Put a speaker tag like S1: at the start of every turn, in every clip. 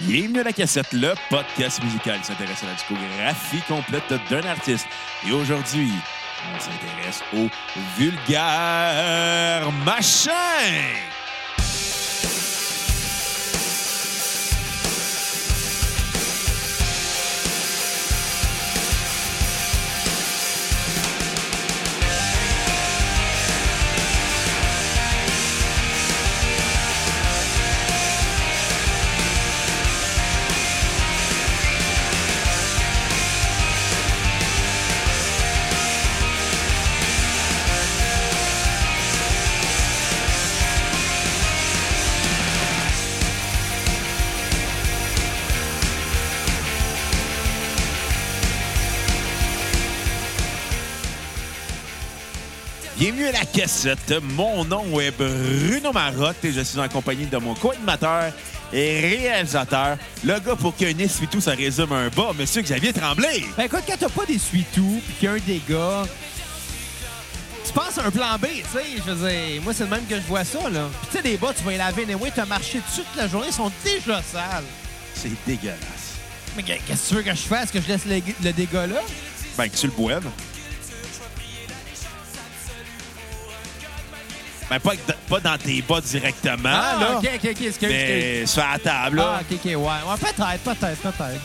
S1: Bienvenue à la cassette, le podcast musical qui s'intéresse à la discographie complète d'un artiste. Et aujourd'hui, on s'intéresse au vulgaire machin. Bienvenue à la cassette. Mon nom est Bruno Marotte et je suis en compagnie de mon co-animateur et réalisateur, le gars pour qu'un essuie-tout ça résume un bas, Monsieur Xavier Tremblay.
S2: Ben écoute, quand t'as pas d'essuie-tout puis qu'il y a un dégât, tu penses à un plan B, tu sais. Je veux dire, moi, c'est le même que je vois ça, là. Puis tu sais, les bas, tu vas les laver, anyway, t'as marché dessus toute la journée, ils sont déjà sales.
S1: C'est dégueulasse.
S2: Mais qu'est- qu'est-ce que tu veux que je fasse, que je laisse le, le dégât là?
S1: Ben, que tu le boives. Ben, pas, que d- pas dans tes bas directement, Ah, là.
S2: Ah, ok, ok, ok, excuse, excuse.
S1: Mais sur la table, là.
S2: Ah, ok, ok, ouais. Ouais, peut-être, peut-être, peut-être.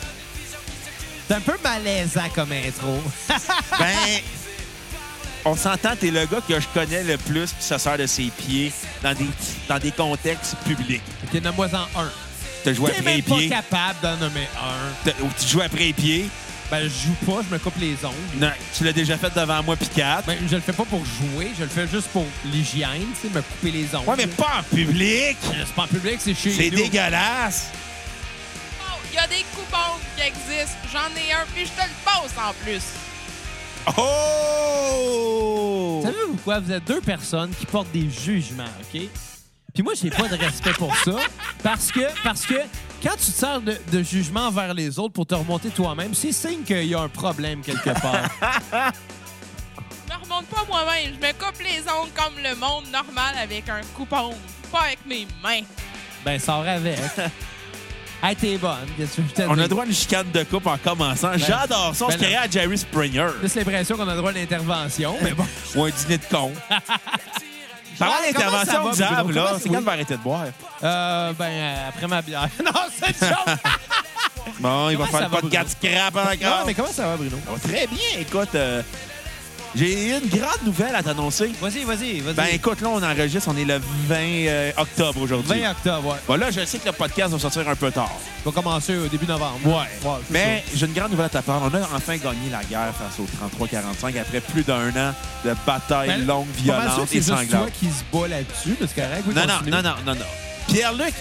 S2: C'est un peu malaisant comme intro.
S1: Ben, on s'entend, t'es le gars que je connais le plus qui se sert de ses pieds dans des, dans des contextes publics.
S2: ok, nomme-moi-en un.
S1: T'as joué
S2: T'es
S1: après les
S2: même pas
S1: pieds.
S2: capable d'en nommer un.
S1: T'as- ou Tu joues après les pieds.
S2: Ben, je joue pas, je me coupe les ongles.
S1: Non, tu l'as déjà fait devant moi, puis quatre.
S2: Ben, je le fais pas pour jouer, je le fais juste pour l'hygiène, tu sais, me couper les ongles.
S1: Ouais, mais pas en public.
S2: Euh, C'est pas en public, c'est chez
S1: C'est
S2: nous.
S1: dégueulasse.
S3: Oh, Il y a des coupons qui existent. J'en ai un, puis je te le passe en plus.
S1: Oh!
S2: Savez-vous quoi? Vous êtes deux personnes qui portent des jugements, OK? Puis moi, j'ai pas de respect pour ça. Parce que, parce que quand tu te sers de, de jugement envers les autres pour te remonter toi-même, c'est signe qu'il y a un problème quelque part.
S3: Je me remonte pas moi-même. Je me coupe les ongles comme le monde normal avec un coupon. Pas avec mes mains.
S2: ben, sors avec. hey, t'es bonne. Qu'est-ce que je te
S1: On
S2: dis?
S1: a droit à une chicane de coupe en commençant. J'adore ça. On
S2: ben
S1: se créait
S2: non.
S1: à Jerry Springer.
S2: Juste l'impression qu'on a droit à l'intervention, mais bon.
S1: Ou un dîner de con. Parlant
S2: Ouais,
S1: d'intervention
S2: comment ça va,
S1: Xav,
S2: Bruno?
S1: là,
S2: Comment
S1: c'est
S2: ça-
S1: quand on va arrêter de boire?
S2: Euh, ben, euh, après ma bière. non, c'est une joke!
S1: Bon, il va
S2: Comment
S1: faire
S2: ça
S1: le
S2: va,
S1: podcast scrap encore.
S2: Non, mais comment ça va, Bruno?
S1: Ça va très bien, écoute. euh, J'ai une grande nouvelle à t'annoncer.
S2: Vas-y, vas-y, vas-y.
S1: Ben écoute, là, on enregistre, on est le 20 euh, octobre aujourd'hui.
S2: 20 octobre, ouais.
S1: Bon, là, je sais que le podcast va sortir un peu tard.
S2: va commencer au début novembre. c'est
S1: Mais j'ai une grande nouvelle à ta part. On a enfin gagné la guerre face au 33-45 après plus d'un an de
S2: ça.
S1: bataille
S2: Ben,
S1: longue,
S2: pas mal sûr
S1: violente et
S2: que C'est juste toi
S1: sanglante.
S2: qui se bat là-dessus, parce que correct. oui,
S1: Non, non,
S2: continue.
S1: non, non, non, non. Pierre-Luc,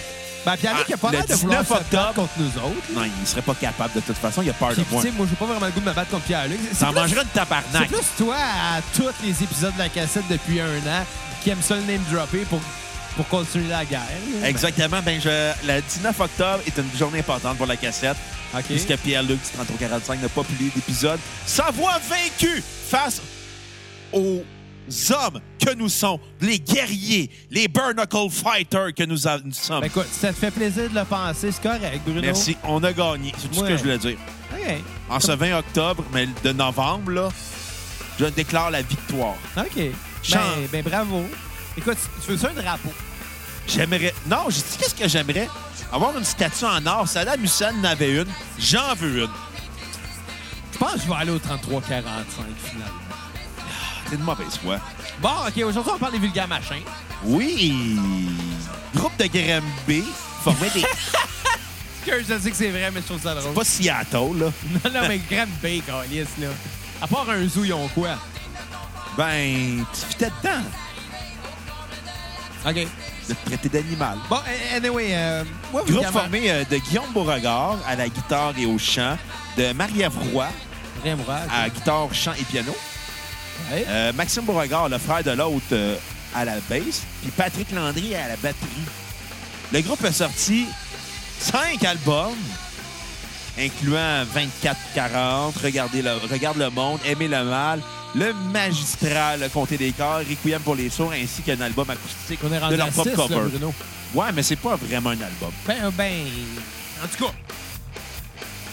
S2: Ben, puis Yannick, il a
S1: Ah,
S2: pas mal
S1: le
S2: de vouloir
S1: 19
S2: se battre
S1: octobre.
S2: contre nous autres.
S1: non, il serait pas capable de toute façon. Il a peur
S2: Puis,
S1: de
S2: tu
S1: moi.
S2: sais, moi, j'ai pas vraiment le goût de me battre contre Pierre-Luc. C'est
S1: Ça en
S2: plus-
S1: mangerait une
S2: C'est
S1: tabarnak.
S2: plus toi, à tous les épisodes de la cassette depuis un an, qui aime ça le name-dropper pour, pour continuer la guerre.
S1: Exactement. Ben, je, le 19 octobre est une journée importante pour la cassette,
S2: OK.
S1: puisque Pierre-Luc du 3345 n'a pas publié d'épisode. Sa voix vaincue face aux hommes que nous sommes, les guerriers, les burnacle fighters que nous, a- nous sommes.
S2: Ben, écoute, si ça te fait plaisir de le penser, c'est correct, Bruno.
S1: Merci. On a gagné. C'est tout ce que
S2: Ouais.
S1: je voulais dire.
S2: OK.
S1: En ce 20 octobre, mais de novembre, là, je déclare la victoire.
S2: OK.
S1: Chant.
S2: Ben, ben, bravo. Écoute, tu veux-tu un drapeau?
S1: J'aimerais. Non, je dis qu'est-ce que j'aimerais? Avoir une statue en or. Saddam Hussein en avait une. J'en veux une.
S2: Je pense que je vais aller au 33-45 finalement.
S1: C'est une mauvaise foi.
S2: Bon, OK, aujourd'hui, on parle des vulgaires machins.
S1: Oui. Groupe de Grimby formé des.
S2: Que je sais que c'est vrai, mais je trouve ça drôle.
S1: pas Seattle, là.
S2: Non, non, mais Graham Bay, câlisse, là. À part un zoo, ils ont quoi?
S1: Ben, tu fitais dedans
S2: OK.
S1: de te traiter d'animal.
S2: Bon, a- anyway, euh, moi,
S1: Groupe
S2: vulgairement-
S1: formé euh, de Guillaume Beauregard à la guitare et au chant, de Marie-Ève Roy
S2: Graham Roy, OK.
S1: à guitare, chant et piano,
S2: Ouais.
S1: euh, Maxime Beauregard, le frère de l'autre, euh, à la basse, puis Patrick Landry à la batterie. Le groupe a sorti cinq albums, incluant 24-40, Regardez le, Regarde le monde, Aimer le mal, Le magistral, Le comté des corps, Requiem pour les sourds, ainsi qu'un album acoustique
S2: On est
S1: de
S2: rendu
S1: leur
S2: à
S1: propre
S2: six, là,
S1: cover.
S2: Bruno.
S1: Ouais, mais c'est pas vraiment un album.
S2: Ben, ben,
S1: En tout cas,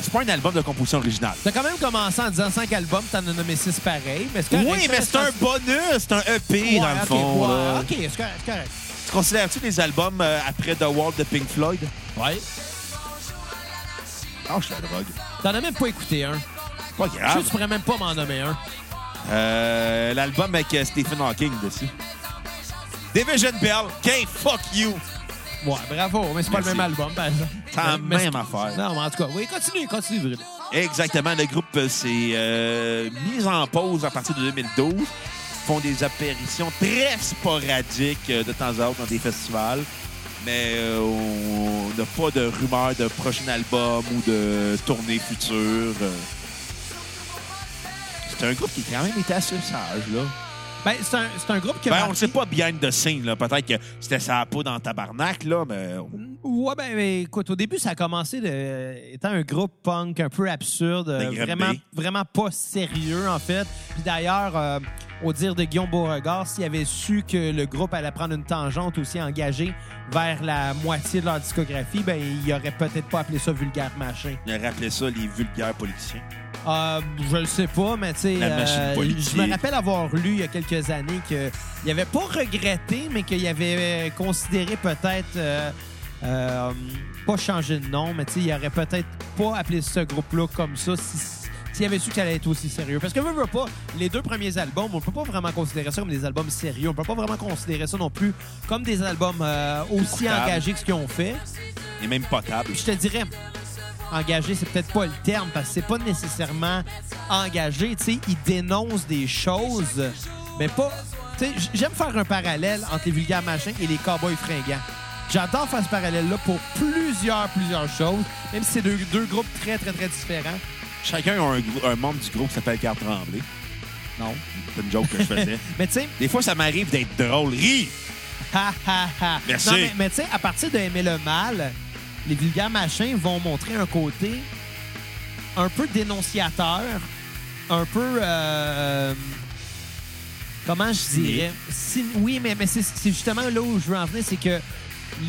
S1: c'est pas un album de composition originale.
S2: T'as quand même commencé en disant 5 albums, t'en as nommé 6 pareils. Mais c'est
S1: Oui,
S2: correct,
S1: mais
S2: ça,
S1: c'est un bonus, c'est un EP
S2: Ouais,
S1: dans le
S2: ok,
S1: fond.
S2: ouais,
S1: là.
S2: OK, c'est correct, c'est correct.
S1: Tu considères-tu les albums euh, après The Wall de Pink Floyd?
S2: Ouais.
S1: Non, je la drogue.
S2: T'en as même pas écouté un.
S1: C'est Pas
S2: Je suis sûr que
S1: grave.
S2: tu pourrais même pas m'en nommer un.
S1: Euh, L'album avec euh, Stephen Hawking dessus. Division Bell, Game Fuck You.
S2: Ouais, bravo, mais c'est pas le
S1: Merci.
S2: même album, par exemple.
S1: C'est la
S2: Mais- mais
S1: même
S2: c'est-
S1: affaire.
S2: Non, mais en tout cas, oui, continue, continue, Bruno.
S1: Exactement, le groupe euh, s'est euh, mis en pause à partir de 2012. Ils font des apparitions très sporadiques euh, de temps à autre dans des festivals. Mais euh, on n'a pas de rumeur de prochain album ou de tournée future. euh. C'est un groupe qui a quand même été assez sage, là.
S2: Ben, c'est un, c'est un groupe qui a
S1: Ben, on
S2: marqué-
S1: ne sait pas behind the scene, là. Peut-être que c'était ça peau dans tabarnak, là, mais...
S2: Ouais, ben, mais écoute, au début, ça a commencé de, étant un groupe punk un peu absurde, euh,
S1: Dégradé.
S2: vraiment, vraiment pas sérieux, en fait. Puis d'ailleurs, euh, au dire de Guillaume Beauregard, s'il avait su que le groupe allait prendre une tangente aussi engagée vers la moitié de leur discographie, ben, il aurait peut-être pas appelé ça vulgaire machin.
S1: On a rappelé ça les vulgaires politiciens.
S2: Euh, je le sais pas, mais tu sais, euh,
S1: La machine politique.
S2: je me rappelle avoir lu il y a quelques années qu'il avait pas regretté, mais qu'il avait considéré peut-être euh, euh, pas changer de nom, mais tu sais, il aurait peut-être pas appelé ce groupe-là comme ça si. S'il avait su que ça allait être aussi sérieux. Parce que, veux, veux pas, les deux premiers albums, on peut pas vraiment considérer ça comme des albums sérieux. On peut pas vraiment considérer ça non plus comme des albums euh, aussi
S1: Écoutable.
S2: engagés que ce qu'ils ont fait.
S1: Et même potable.
S2: Puis je te dirais, engagé, c'est peut-être pas le terme, parce que c'est pas nécessairement engagé. Tu sais, ils dénoncent des choses, mais pas. Tu sais, j- j'aime faire un parallèle entre les vulgaires machins et les cowboys fringants. J'adore faire ce parallèle-là pour plusieurs, plusieurs choses, même si c'est deux, deux groupes très, très, très différents.
S1: Chacun a un, grou- un membre du groupe qui s'appelle Carl Tremblay.
S2: Non.
S1: C'est une joke que je faisais.
S2: Mais tu sais,
S1: Des fois, ça m'arrive d'être drôle. Ris!
S2: Ha, ha, ha.
S1: Merci.
S2: Non, mais mais tu sais, à partir de Aimer le mal, les vulgaires machins vont montrer un côté un peu dénonciateur, un peu. euh, comment je dirais Cyn- Oui, mais, mais c'est c'est justement là où je veux en venir, c'est que.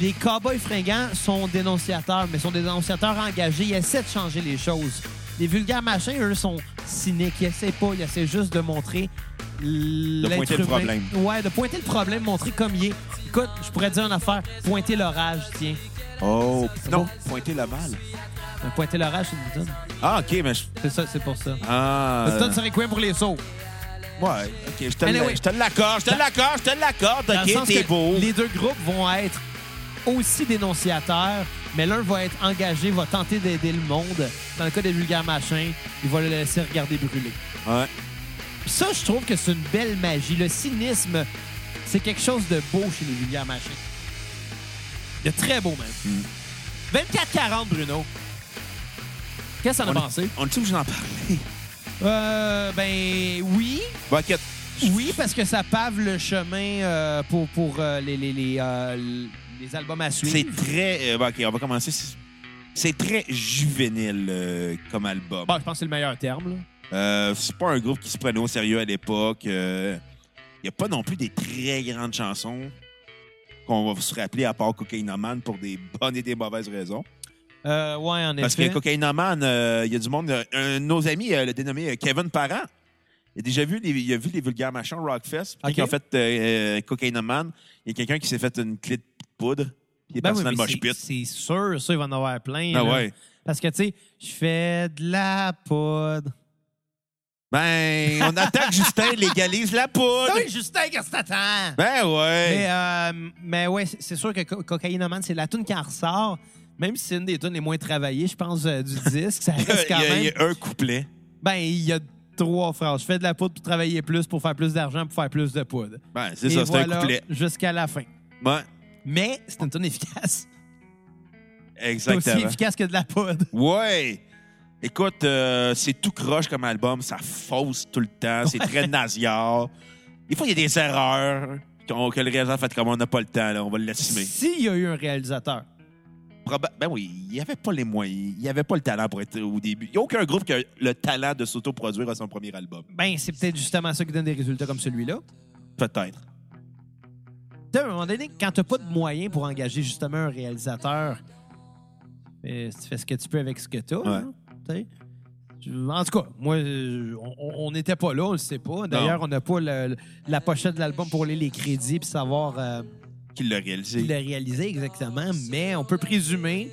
S2: Les cowboys fringants sont dénonciateurs, mais sont des dénonciateurs engagés. Ils essaient de changer les choses. Les vulgaires machins, eux, sont cyniques. Ils essaient pas. Ils essaient juste de montrer l'être
S1: pointer le
S2: humain.
S1: problème.
S2: Ouais, de pointer le problème, montrer comme il est. Écoute, je pourrais dire une affaire. Pointer l'orage, tiens.
S1: Oh, non.
S2: bon.
S1: Pointer le mal.
S2: Euh, Pointer l'orage, c'est Newton.
S1: Ah, OK, mais je...
S2: C'est ça, c'est pour ça.
S1: Ah...
S2: Newton serait quoi pour les sauts?
S1: Ouais, OK, je te
S2: Anyway.
S1: l'a- je te l'accorde, je te
S2: Dans-
S1: l'accorde, je te l'accorde.
S2: Dans le
S1: OK,
S2: sens
S1: t'es
S2: que
S1: beau.
S2: Les deux groupes vont être aussi dénonciateurs, mais l'un va être engagé, va tenter d'aider le monde. Dans le cas des vulgaires machins, il va le laisser regarder brûler.
S1: Ouais.
S2: Puis ça, je trouve que c'est une belle magie. Le cynisme, c'est quelque chose de beau chez les vulgaires machins. De très beau,
S1: Hmm.
S2: même. 24-40, Bruno. Qu'est-ce que t'en as
S1: On-
S2: pensé?
S1: On est-tu obligé d'en parler?
S2: Euh, ben oui.
S1: Bon, OK.
S2: Oui, parce que ça pave le chemin euh, pour, pour euh, les, les, les, euh, les albums à
S1: C'est
S2: suivre.
S1: très... euh, bon, OK, on va commencer. C'est- C'est très juvénile euh, comme album.
S2: Bon, je pense que c'est le meilleur terme. là.
S1: Euh, c'est pas un groupe qui se prenait au sérieux à l'époque. Il n'y a pas non plus des très grandes chansons qu'on va se rappeler à part Cocainoman pour des bonnes et des mauvaises raisons.
S2: Euh, ouais, en
S1: Parce que
S2: effet.
S1: Cocainoman, il y a du monde. euh, un de nos amis euh, le dénommé euh, Kevin Parent. Il a déjà vu les, il a vu les vulgaires machins Rockfest. Quand
S2: Ok.
S1: ils ont fait euh, euh, Cocainoman, il y a quelqu'un qui s'est fait une clé de poudre. Qui est
S2: Ben
S1: parti
S2: oui,
S1: dans le
S2: mais
S1: mosh
S2: c'est-
S1: pit.
S2: c'est sûr, ça, il va en avoir plein.
S1: Ah
S2: là.
S1: ouais.
S2: Parce que, tu sais, je fais de la poudre.
S1: Ben, on attaque Justin, légalise la poudre.
S2: Oui, Justin, qu'est-ce que t'attends?
S1: Ben ouais.
S2: Mais, euh, mais ouais, c'est c'est sûr que Co- Cocaïnoman, c'est la tune qui en ressort. Même si c'est une des tunes les moins travaillées, je pense, euh, du disque, ça
S1: Il y a-
S2: reste quand
S1: il
S2: même.
S1: y a un couplet.
S2: Ben, il y a trois phrases. Je fais de la poudre pour travailler plus, pour faire plus d'argent, pour faire plus de poudre.
S1: Ben, c'est
S2: Et
S1: ça, c'est un
S2: voilà,
S1: couplet.
S2: Jusqu'à la fin.
S1: Ouais,
S2: Mais c'est une tune efficace. C'est aussi
S1: exactement.
S2: efficace que de la poudre.
S1: Ouais! Écoute, euh, c'est tout croche comme album, ça fausse tout le temps, c'est très nasillard. Des fois, il y a des erreurs qu'on- que le réalisateur fait comme on n'a pas le temps, là, on va l'assumer.
S2: S'il y a eu un réalisateur.
S1: Proba- ben oui, il n'y avait pas les moyens, il n'y avait pas le talent pour être au début. Il n'y a aucun groupe qui a le talent de s'autoproduire à son premier album.
S2: Ben, c'est peut-être justement ça qui donne des résultats comme celui-là.
S1: Peut-être.
S2: Tu sais, à un moment donné, quand t'as pas de moyens pour engager justement un réalisateur, ben, Mais tu fais ce que tu peux avec ce que t'as,
S1: Ouais.
S2: hein, tu sais. Je- En tout cas, moi, euh, on on n'était pas là, on le sait pas. D'ailleurs, on n'a pas le- le- la pochette de l'album pour lire les crédits puis savoir euh,
S1: Qui l'a
S2: qui
S1: réalisé.
S2: l'a réalisé exactement, mais on
S1: euh,
S2: peut présumer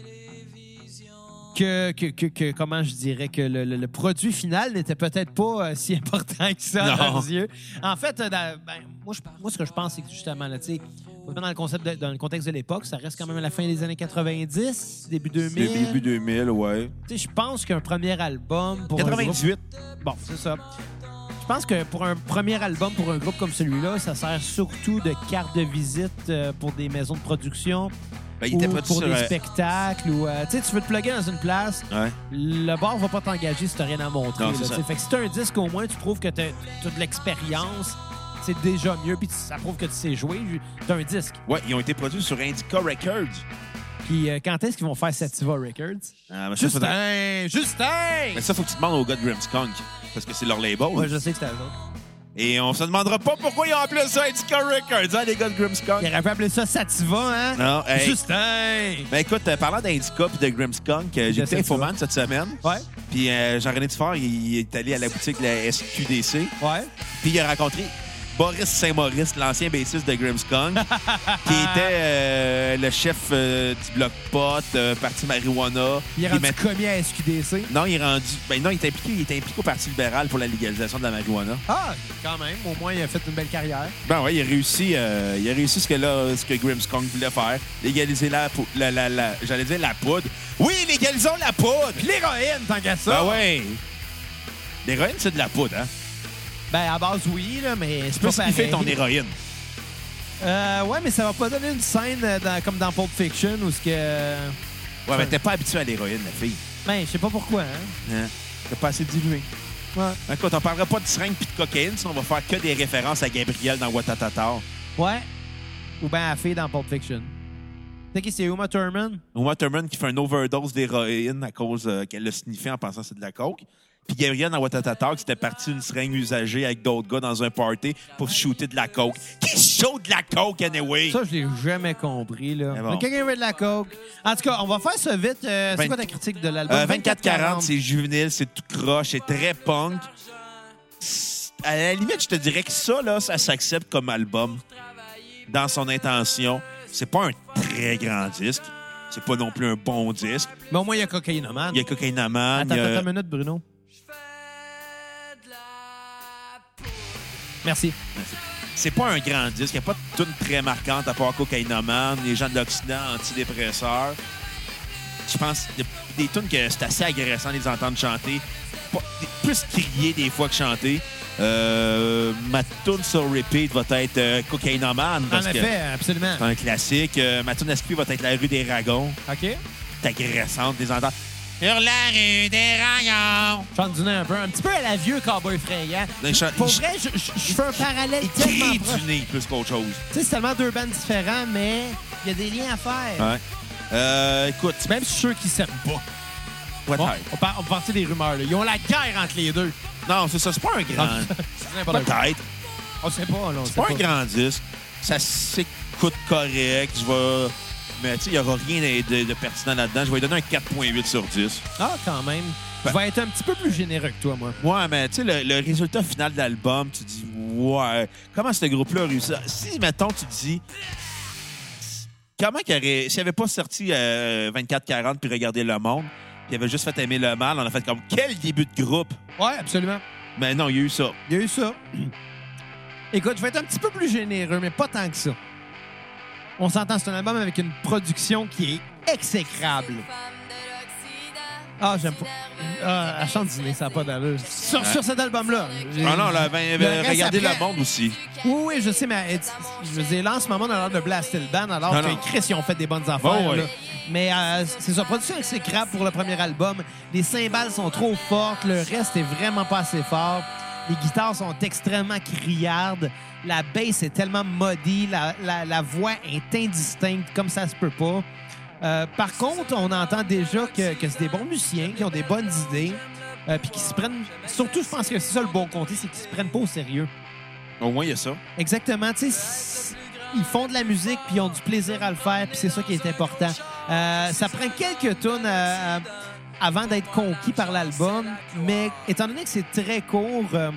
S2: que, que, que- que- comment je dirais, que le, le- le produit final n'était peut-être pas euh, si important que ça
S1: Non.
S2: à leurs yeux. En fait, euh, dans- ben, moi, je- moi, ce que je pense, c'est que justement, là, tu sais, faut se mettre dans le, concept de- dans le contexte de l'époque, ça reste quand même à la fin des années 90, début 2000.
S1: Début 2000, ouais.
S2: Tu sais, Je pense qu'un premier album pour un groupe-
S1: 98.
S2: Bon, c'est ça. Je pense que pour un premier album, pour un groupe comme celui-là, ça sert surtout de carte de visite euh, pour des maisons de production
S1: Ben, il
S2: ou
S1: était produit
S2: pour
S1: sur...
S2: des
S1: euh,
S2: spectacles. Ou, euh, tu sais, tu veux te plugger dans une place,
S1: Ouais.
S2: le bar va pas t'engager si t'as rien à montrer.
S1: Non,
S2: là,
S1: c'est ça.
S2: tu sais. fait que si t'as un disque, au moins, tu prouves que t'as t'as de l'expérience. C'est déjà mieux, puis ça prouve que tu sais jouer. T'as un disque.
S1: ouais, ils ont été produits sur Indica Records.
S2: Puis euh, quand est-ce qu'ils vont faire Sativa Records?
S1: Ah, mais ça, faut-
S2: Justin! Justin!
S1: mais ça, faut que tu demandes aux gars de Grimmskunk, parce que c'est leur label.
S2: Moi, je sais que c'est un autre.
S1: Et on se demandera pas pourquoi ils ont appelé ça Indica Records, hein, les gars de Grimmskunk.
S2: Il aurait pu appeler ça Sativa, hein?
S1: Non, hey.
S2: Justin!
S1: Ben écoute, euh, parlant d'Indica et de Grimmskunk, euh, j'ai été
S2: J'essaie ça.
S1: Infoman cette semaine.
S2: Ouais,
S1: Puis euh, Jean-René Dufort, il est allé à la boutique de la SQDC.
S2: ouais.
S1: Puis il a rencontré Boris Saint-Maurice, l'ancien bassiste de Grimmskong, qui était euh, le chef euh, du bloc pot, euh, parti marijuana.
S2: Il
S1: Puis
S2: est rendu
S1: maintenant-
S2: commis à SQDC.
S1: Non, il est rendu. Ben non, il est impliqué, il est impliqué au Parti libéral pour la légalisation de la marijuana.
S2: Ah, quand même. Au moins, il a fait une belle carrière.
S1: Ben ouais, il a réussi, euh, il a réussi ce que là, ce que Grimmskong voulait faire, légaliser la, pou- la, la, la- j'allais dire la poudre. Oui, légalisons la poudre.
S2: L'héroïne, tant qu'à ça.
S1: Ben ouais. L'héroïne, c'est de la poudre, hein.
S2: Ben, à base, oui, là, mais c'est
S1: Tu peux
S2: pas pareil.
S1: sniffer ton héroïne.
S2: Euh, ouais, mais ça va pas donner une scène euh, dans- comme dans Pulp Fiction où ce que... euh,
S1: Ouais, mais t'es pas habitué à l'héroïne, la fille.
S2: Ben, je sais pas pourquoi, hein?
S1: Hein? T'as pas assez dilué.
S2: Ouais.
S1: Écoute, on parlera pas de seringue puis de cocaïne, sinon on va faire que des références à Gabriel dans Watatata.
S2: Ouais. Ou ben, à fille dans Pulp Fiction. C'est qui, c'est Uma Thurman?
S1: Waterman qui fait une overdose d'héroïne à cause euh, qu'elle l'a sniffé en pensant que c'est de la coke. Puis Gabriel dans Watatata qui était parti une seringue usagée avec d'autres gars dans un party pour shooter de la coke. Qui shoot de la coke, anyway?
S2: Ça, je l'ai jamais compris, là.
S1: Mais bon.
S2: Mais Quelqu'un veut de la coke? En tout cas, on va faire ça vite. Euh,
S1: Vingt-
S2: C'est quoi ta critique de l'album?
S1: Euh, 24-40, c'est juvénile, c'est tout croche, c'est très punk. C'est- À la limite, je te dirais que ça, là, ça s'accepte comme album dans son intention. C'est pas un très grand disque. C'est pas non plus un bon disque.
S2: Mais au moins, il y a Cocaïnoman.
S1: Il y a euh, Cocainaman,
S2: Attends,
S1: il y
S2: attends
S1: a...
S2: une minute, Bruno. Merci.
S1: C'est pas un grand disque. Il n'y a pas de tune très marquante à part Cocainaman, les gens de l'Occident, antidépresseurs. Je pense que des tunes que c'est assez agressant de les entendre chanter. Pas- des- plus crier des fois que chanter. Euh, ma tune sur repeat va être euh, Cocainaman parce
S2: en
S1: que
S2: effet, absolument.
S1: c'est un classique. Euh, ma tune à skip va être La rue des ragons.
S2: OK.
S1: C'est agressant de les entendre. Sur la rue des ragons.
S2: Chante du nez un peu. Un petit peu à la vieux cowboy frayant.
S1: Non, il chan-
S2: Pour
S1: il ch-
S2: vrai, je, je- je fais un parallèle
S1: il
S2: tellement
S1: crie
S2: proche.
S1: du nez plus qu'autre chose.
S2: Tu sais, c'est tellement deux bandes différents, mais il y a des liens à faire.
S1: Ouais. Euh, écoute,
S2: Même si je suis sûr qu'ils s'aiment pas.
S1: what
S2: Bon,
S1: the-
S2: on, par- on partit des rumeurs. Là. Ils ont la guerre entre les deux.
S1: Non, c'est ça, c'est pas un grand.
S2: C'est n'importe quoi.
S1: Peut-être.
S2: On sait pas. Là, on
S1: C'est
S2: sait
S1: pas un grand disque. Ça s'écoute correct. Je vais. Mais tu sais, il n'y aura rien de, de- de pertinent là-dedans. Je vais lui donner un 4,8 sur 10.
S2: Ah, quand même.
S1: Ben-
S2: Je vais être un petit peu plus généreux que toi, moi.
S1: Ouais, mais tu sais, le, le résultat final de l'album, tu dis, ouais, comment ce groupe-là a réussi? ça? Si, mettons, tu dis, comment qu'il aurait. S'il avait pas sorti euh, 24-40 puis regardé Le Monde, puis il avait juste fait aimer le mal, on a fait comme, quel début de groupe?
S2: Ouais, absolument.
S1: Mais non, il y a eu ça.
S2: Il y a eu ça. Écoute, je vais être un petit peu plus généreux, mais pas tant que ça. On s'entend, c'est un album avec une production qui est exécrable. Ah, j'aime pas. Ah, elle chante du nez, ça n'a pas d'allure. Sur, sur cet album-là.
S1: Ah non, là, ben,
S2: Le reste
S1: regardez
S2: après-
S1: Le Monde aussi.
S2: Oui, oui, je sais, mais elle dit- je veux dire, là, en ce moment, on a l'air de blaster le band, alors
S1: Non,
S2: que
S1: non.
S2: Chris, ils ont fait des bonnes affaires.
S1: Oh, oui.
S2: là. Mais euh, c'est sa production exécrable pour le premier album. Les cymbales sont trop fortes, le reste est vraiment pas assez fort. Les guitares sont extrêmement criardes. La bass est tellement maudie, la, la- la voix est indistincte, comme ça se peut pas. Euh, par contre, on entend déjà que, que c'est des bons musiciens, qui ont des bonnes idées, euh, puis qui se prennent. Surtout, je pense que c'est ça le bon côté, c'est qu'ils se prennent pas au sérieux.
S1: Au moins, il y a ça.
S2: Exactement. Tu sais, s- ils font de la musique, puis ils ont du plaisir à le faire, puis c'est ça qui est important. Euh, ça prend quelques tunes euh, euh, avant d'être conquis par l'album, mais étant donné que c'est très court, euh,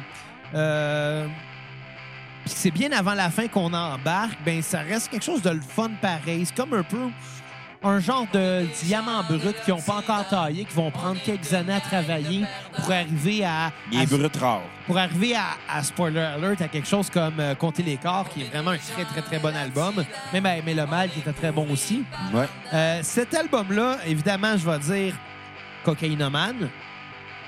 S2: euh, puis que c'est bien avant la fin qu'on embarque, ben ça reste quelque chose de le fun pareil. C'est comme un peu un genre de diamant brut qu'ils n'ont pas encore taillé, qui vont prendre quelques années à travailler pour arriver à,
S1: Il est
S2: à-
S1: brut rare.
S2: pour arriver à, à spoiler alert à quelque chose comme euh, Compter les corps, qui est vraiment un très très très bon album, même à Aimer le mal, qui était très bon aussi.
S1: Ouais.
S2: Euh, cet album-là, évidemment, je vais dire Cocaïnoman,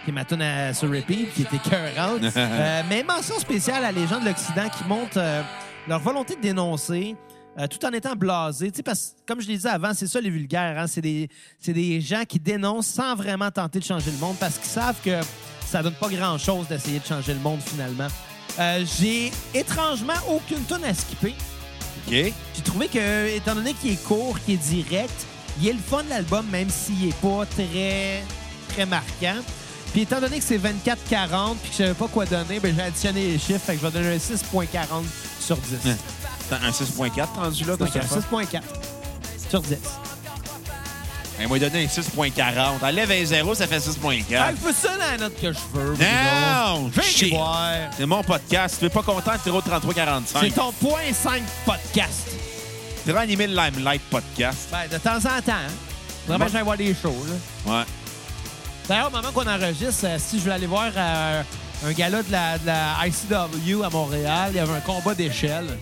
S2: qui est ma tune à sur repeat, qui était écœurante. Euh, mais mention spéciale à les gens de l'Occident qui montrent euh, leur volonté de dénoncer. euh, tout en étant blasés. Tu sais, parce que, comme je l'ai dit avant, c'est ça les vulgaires. hein. C'est des, c'est des gens qui dénoncent sans vraiment tenter de changer le monde parce qu'ils savent que ça donne pas grand-chose d'essayer de changer le monde finalement. Euh, J'ai étrangement aucune tonne à skipper.
S1: OK?
S2: J'ai trouvé que, étant donné qu'il est court, qu'il est direct, il est le fun de l'album, même s'il n'est pas très, très marquant. Puis étant donné que c'est 24-40 puis que je savais pas quoi donner, ben j'ai additionné les chiffres, fait que je vais donner un 6.40 sur 10.
S1: T'as un 6.4 rendu là,
S2: Donc,
S1: comme
S2: un
S1: ça?
S2: 6.4 sur 10.
S1: Ben, moi, donné un 6.40. Enlève un 0, ça fait 6.4.
S2: Ah, je veux ça la note que je veux.
S1: Non!
S2: Je
S1: Shit. C'est mon podcast. Si tu n'es pas content, tu au 3345.
S2: C'est ton point 5 podcast.
S1: Tu animé le Limelight Podcast.
S2: Ben, de temps en temps, hein. Vraiment,
S1: Bon.
S2: j'aille voir des shows, là.
S1: Ouais.
S2: D'ailleurs, au moment qu'on enregistre, euh, si je voulais aller voir euh, un gala de la, de la ICW à Montréal, il y avait un combat d'échelle.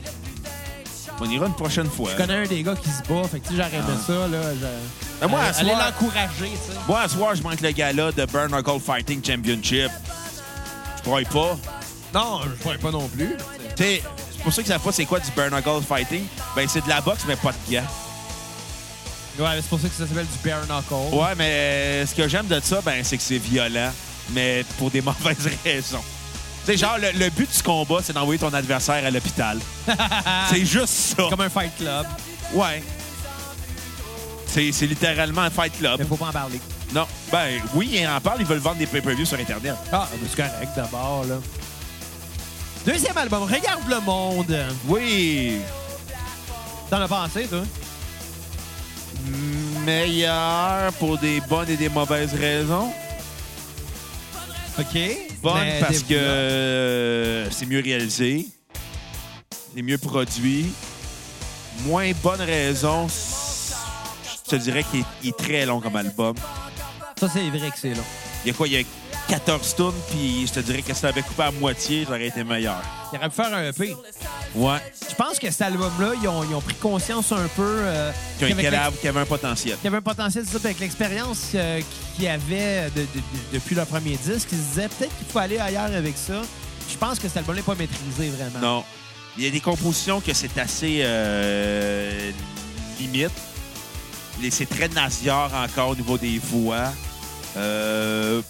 S1: On ira une prochaine fois.
S2: Je connais un des gars qui se bat, fait que tu sais, j'aurais aimé ça. Là, je-
S1: Ben, Ah. moi,
S2: Aller-
S1: à ce
S2: aller
S1: soir-
S2: l'encourager, tu sais.
S1: Moi, à soir, je manque le gala de Burn Knuckle Fighting Championship. Je pourrais pas.
S2: Non, je pourrais pas non plus.
S1: Tu sais, c'est pour ceux qui savent pas c'est quoi du Burn Knuckle Fighting. Ben, c'est de la boxe, mais pas de gars.
S2: Ouais, mais c'est pour ça que ça s'appelle du bare knuckle.
S1: Ouais, mais euh, ce que j'aime de ça, ben, c'est que c'est violent, mais pour des mauvaises raisons. Tu sais, genre, le, le but du combat, c'est d'envoyer ton adversaire à l'hôpital. c'est juste ça.
S2: Comme un fight club,
S1: Ouais. C'est c'est littéralement un fight club.
S2: mais faut pas en parler.
S1: Non. Ben oui, ils en parlent, ils veulent vendre des pay-per-views sur Internet.
S2: Ah, mais c'est correct d'abord, là. Deuxième album, Regarde le monde.
S1: Oui.
S2: T'en as pensé, toi?
S1: Meilleur pour des bonnes et des mauvaises raisons.
S2: OK.
S1: Bonne
S2: Mais
S1: parce
S2: développe.
S1: que euh, c'est mieux réalisé, c'est mieux produit. Moins bonne raison, c- je te dirais qu'il est, il est très long comme album.
S2: Ça, c'est vrai que c'est là.
S1: Il y a quoi? Il y a 14 tunes, puis je te dirais que si ça avait coupé à moitié, ça aurait été meilleur.
S2: Il aurait pu faire un EP.
S1: Ouais.
S2: Je pense que cet album-là, ils ont, ils ont pris conscience un peu euh,
S1: Qu'il y a un
S2: qu'avec l'ex-
S1: cadavre qui avait un potentiel.
S2: qu'il y avait un potentiel, c'est ça, puis avec l'expérience euh, qu'il y avait de- de- de- depuis leur premier disque. Ils se disaient peut-être qu'il faut aller ailleurs avec ça. Je pense que cet album-là n'est pas maîtrisé vraiment.
S1: Non. Il y a des compositions que c'est assez euh, limite. Les- C'est très nasillard encore au niveau des voix. Euh,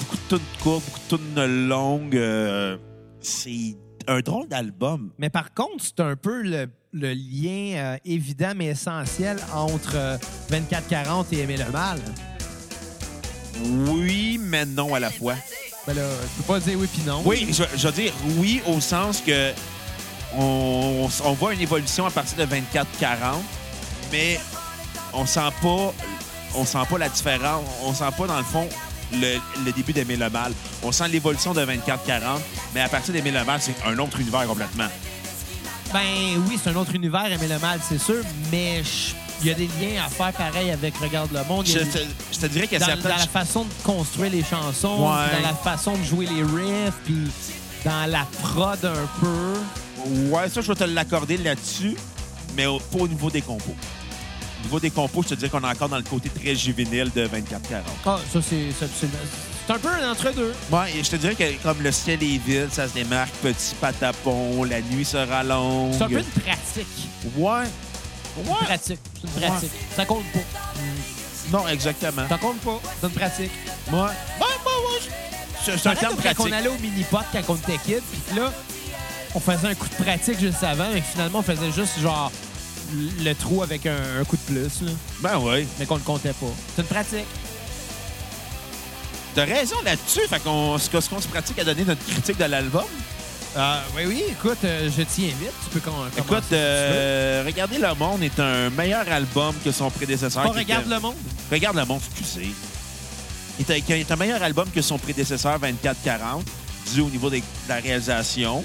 S1: beaucoup de tunes courtes, beaucoup de tunes longues. euh, c'est un drôle d'album.
S2: Mais par contre, c'est un peu le, le lien euh, évident mais essentiel entre euh, 24-40 et Aimer le mal.
S1: Oui, mais non à la fois.
S2: Ben là, je peux pas dire oui puis non.
S1: Oui, je, je veux dire oui au sens que on, on voit une évolution à partir de 24-40, mais on sent pas on sent pas la différence, on sent pas dans le fond le, le début d'Aimer le mal. On sent l'évolution de 24-40, mais à partir d'Aimer le mal, c'est un autre univers complètement.
S2: Ben oui, c'est un autre univers, Aimer le mal, c'est sûr, mais je- il y a des liens à faire pareil avec Regarde le monde. Il
S1: Je
S2: y a
S1: te,
S2: des-
S1: je te dirais qu'il y a
S2: dans, dans
S1: certaines...
S2: la façon de construire les chansons,
S1: Ouais.
S2: puis dans la façon de jouer les riffs, puis dans la prod un peu.
S1: Ouais, ça, je vais te l'accorder là-dessus, mais au- pas au niveau des compos. Au niveau des compos, je te dirais qu'on est encore dans le côté très juvénile de 24-40.
S2: Ah, ça, c'est c'est absolument- C'est un peu un entre-deux.
S1: Ouais, et je te dirais que comme le ciel est vide, ça se démarque. Petit patapon, la nuit sera longue.
S2: C'est un peu une pratique.
S1: Ouais.
S2: Une
S1: Ouais.
S2: pratique. C'est une pratique. Ça compte pas.
S1: Non, exactement.
S2: Ça compte pas. C'est une pratique.
S1: Ouais. Ouais, ouais, ouais. C'est c'est un
S2: Pareil
S1: terme
S2: comme
S1: pratique.
S2: Quand on allait au mini-pot quand on était kid, puis que là, on faisait un coup de pratique juste avant, mais que finalement, on faisait juste genre le trou avec un, un coup de plus, là,
S1: Ben oui.
S2: mais qu'on ne comptait pas. C'est une pratique.
S1: T'as raison là-dessus. Fait qu'on ce que- ce qu'on se pratique à donner notre critique de l'album.
S2: Ah, oui, oui, écoute, euh, je t'y invite. Tu peux qu'on
S1: Écoute, euh, Regardez le monde est un meilleur album que son prédécesseur. qui était-
S2: Regarde le monde.
S1: Regarde le monde, excusez. Il est, un- il est un meilleur album que son prédécesseur 2440, dû au niveau des- de la réalisation.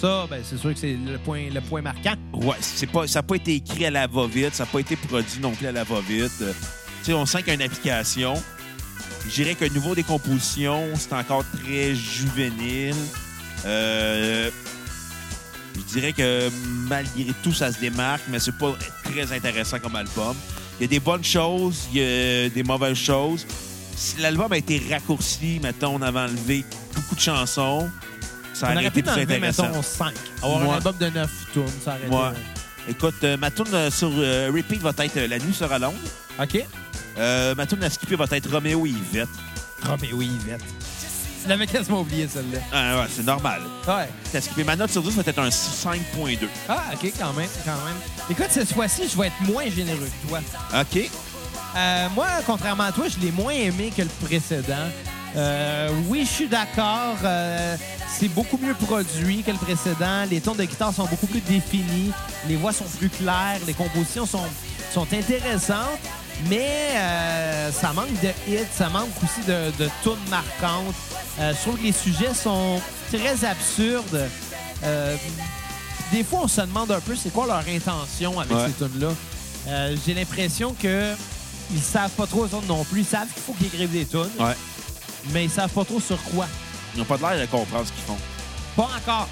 S2: Ça, ben, c'est sûr que c'est le point, le point marquant.
S1: Ouais, c'est pas, ça n'a pas été écrit à la va-vite, ça n'a pas été produit non plus à la va-vite. Euh, Tu sais, on sent qu'il y a une application. Je dirais qu'au niveau des compositions, c'est encore très juvénile. Euh, je dirais que malgré tout, ça se démarque, mais c'est pas très intéressant comme album. Il y a des bonnes choses, il y a des mauvaises choses. Si l'album a été raccourci, mettons, on avait enlevé beaucoup de chansons, ça
S2: on
S1: aurait
S2: aurait
S1: été
S2: pu
S1: plus
S2: enlever,
S1: intéressant.
S2: mettons, 5. Avoir
S1: Ouais.
S2: un album de 9 tournes, ça aurait
S1: Ouais. Écoute, euh, ma tourne sur euh, repeat va être euh, La nuit sera longue.
S2: été... OK.
S1: Euh, ma tourne à skipper va être Roméo et Yvette.
S2: Ah, mais oui, Yvette. Tu l'avais quasiment oublié, celle-là.
S1: Ah, ouais, c'est normal.
S2: Ouais.
S1: T'as skippé. Ma note sur 10 va être un 5.2.
S2: Ah, OK, quand même, quand même. Écoute, cette fois-ci, je vais être moins généreux que toi.
S1: OK.
S2: Euh, moi, contrairement à toi, je l'ai moins aimé que le précédent. Euh, oui, je suis d'accord. euh, c'est beaucoup mieux produit que le précédent. Les tons de guitare sont beaucoup plus définis. Les voix sont plus claires. Les compositions sont, sont intéressantes. Mais euh, ça manque de hits. Ça manque aussi de, de tunes marquantes. Euh, je trouve que les sujets sont très absurdes. Euh, des fois, on se demande un peu c'est quoi leur intention avec
S1: Ouais.
S2: ces tunes-là. Euh, J'ai l'impression que ils savent pas trop eux autres non plus. Ils savent qu'il faut qu'ils écrivent des tunes,
S1: Ouais.
S2: mais ils savent pas trop sur quoi.
S1: Ils n'ont pas de l'air de comprendre ce qu'ils font.
S2: Pas encore.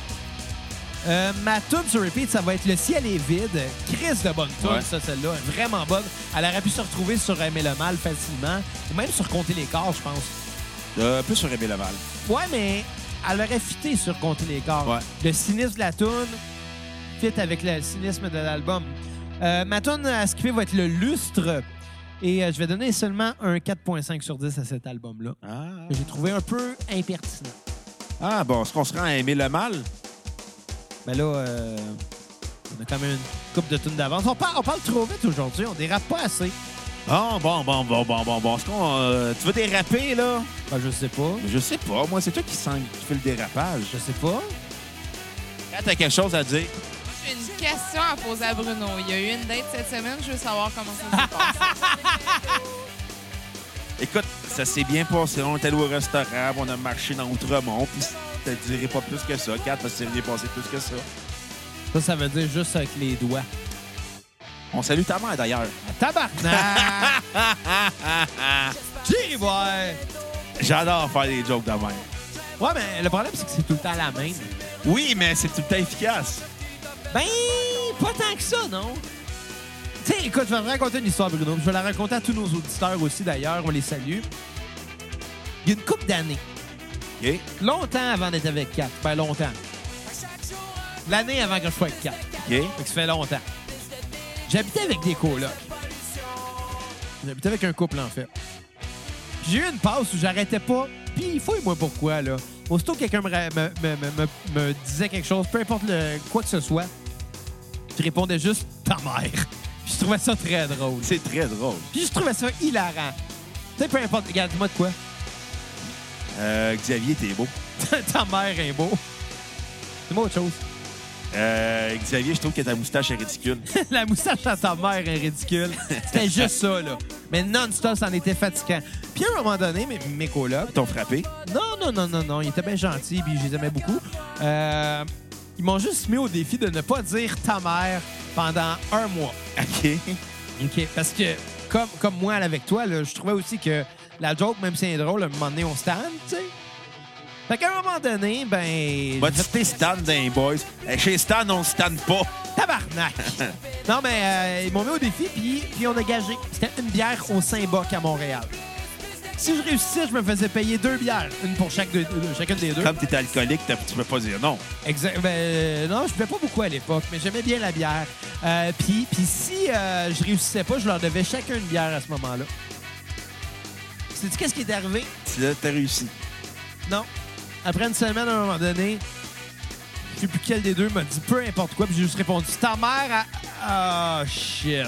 S2: Euh, ma tune sur repeat, ça va être Le ciel est vide. Chris de bonne tune,
S1: Ouais.
S2: ça, celle-là. Vraiment bonne. Elle aurait pu se retrouver sur Aimer le mal facilement, ou même sur Compter les corps, je pense.
S1: Euh, un peu sur Aimé Laval.
S2: Ouais, mais elle aurait fité sur Compter les corps.
S1: Ouais.
S2: Le cynisme de la toune fit avec le cynisme de l'album. Euh, ma toune à skipper va être Le lustre. Et euh, je vais donner seulement un 4.5 sur 10 à cet album-là.
S1: Ah.
S2: que j'ai trouvé un peu impertinent.
S1: ah, bon, est-ce qu'on se rend à Aimé le mal?
S2: Mais là, euh, on a quand même une coupe de tunes d'avance. On, par- on parle trop vite aujourd'hui, on dérape pas assez.
S1: Bon, bon, bon, bon, bon, bon, bon. Est-ce qu'on. euh, tu veux déraper, là?
S2: Ben, je sais pas.
S1: Mais Je sais pas. Moi, c'est toi qui, sens, qui fais le dérapage.
S2: Je sais pas.
S1: Quand t'as quelque chose à dire,
S3: J'ai une question à poser à Bruno. Il y a eu une date cette semaine. Je veux savoir comment ça s'est passé.
S1: écoute, ça s'est bien passé. On est allé au restaurant, on a marché dans Outremont, puis je te dirai pas plus que ça, 4, parce que c'est bien passé plus que ça.
S2: Ça, ça veut dire juste avec les doigts.
S1: On salue ta mère d'ailleurs.
S2: Ah, Tabarnak! J'irai voir!
S1: J'adore faire des jokes de mère.
S2: Ouais, mais le problème, c'est que c'est tout le temps la même.
S1: Oui, mais c'est tout le temps efficace.
S2: Ben, pas tant que ça, non? Tu sais, écoute, je vais te raconter une histoire, Bruno. Je vais la raconter à tous nos auditeurs aussi, d'ailleurs. On les salue. Il y a une couple d'années.
S1: OK?
S2: longtemps avant d'être avec Kat. Ben, longtemps. L'année avant que je sois avec Kat.
S1: OK?
S2: Fait que ça fait longtemps. J'habitais avec des colocs. J'habitais avec un couple, en fait. J'ai eu une passe où j'arrêtais pas. Puis, fouille-moi pourquoi, là. Aussitôt que quelqu'un me, ra- me, me- me- me- me disait quelque chose, peu importe le, quoi que ce soit, je répondais juste « ta mère ». Puis Je trouvais ça très drôle.
S1: C'est très drôle.
S2: Puis je trouvais ça hilarant. Tu sais, peu importe, regarde, moi de quoi.
S1: Euh, Xavier, t'es beau.
S2: ta mère est beau. C'est moi autre chose.
S1: Euh, Xavier, je trouve que ta moustache est ridicule.
S2: La moustache à ta mère est ridicule. C'était juste ça, là. Mais non-stop, ça en était fatigant. Puis à un moment donné, mes, mes colocs...
S1: Ils t'ont frappé.
S2: Non, non, non, non, non. Ils étaient bien gentils, puis je les aimais beaucoup. Euh, ils m'ont juste mis au défi de ne pas dire ta mère pendant un mois.
S1: OK?
S2: OK. Parce que, comme, comme moi, là, avec toi, là, je trouvais aussi que la joke, même si elle est drôle, à un moment donné, on se tanne, tu sais. Fait qu'à un moment donné, ben...
S1: Va citer Stan d'un boys. Eh, Chez Stan, on se tanne pas.
S2: Tabarnak! non, mais euh, ils m'ont mis au défi, puis, puis on a gagé. C'était une bière au Saint-Boc à Montréal. Si je réussissais, je me faisais payer deux bières, une pour chaque deux- euh, chacune des deux.
S1: Comme t'es alcoolique, t'as- tu peux pas dire non.
S2: Exact. Ben, euh, non, je buvais pas beaucoup à l'époque, mais j'aimais bien la bière. Euh, puis, puis si euh, je réussissais pas, je leur devais chacun une bière à ce moment-là. Sais-tu qu'est-ce qui est arrivé?
S1: Tu l'as- T'as réussi.
S2: Non. Après une semaine, à un moment donné, je sais plus quel des deux m'a dit peu importe quoi, puis j'ai juste répondu ta mère a. Oh shit.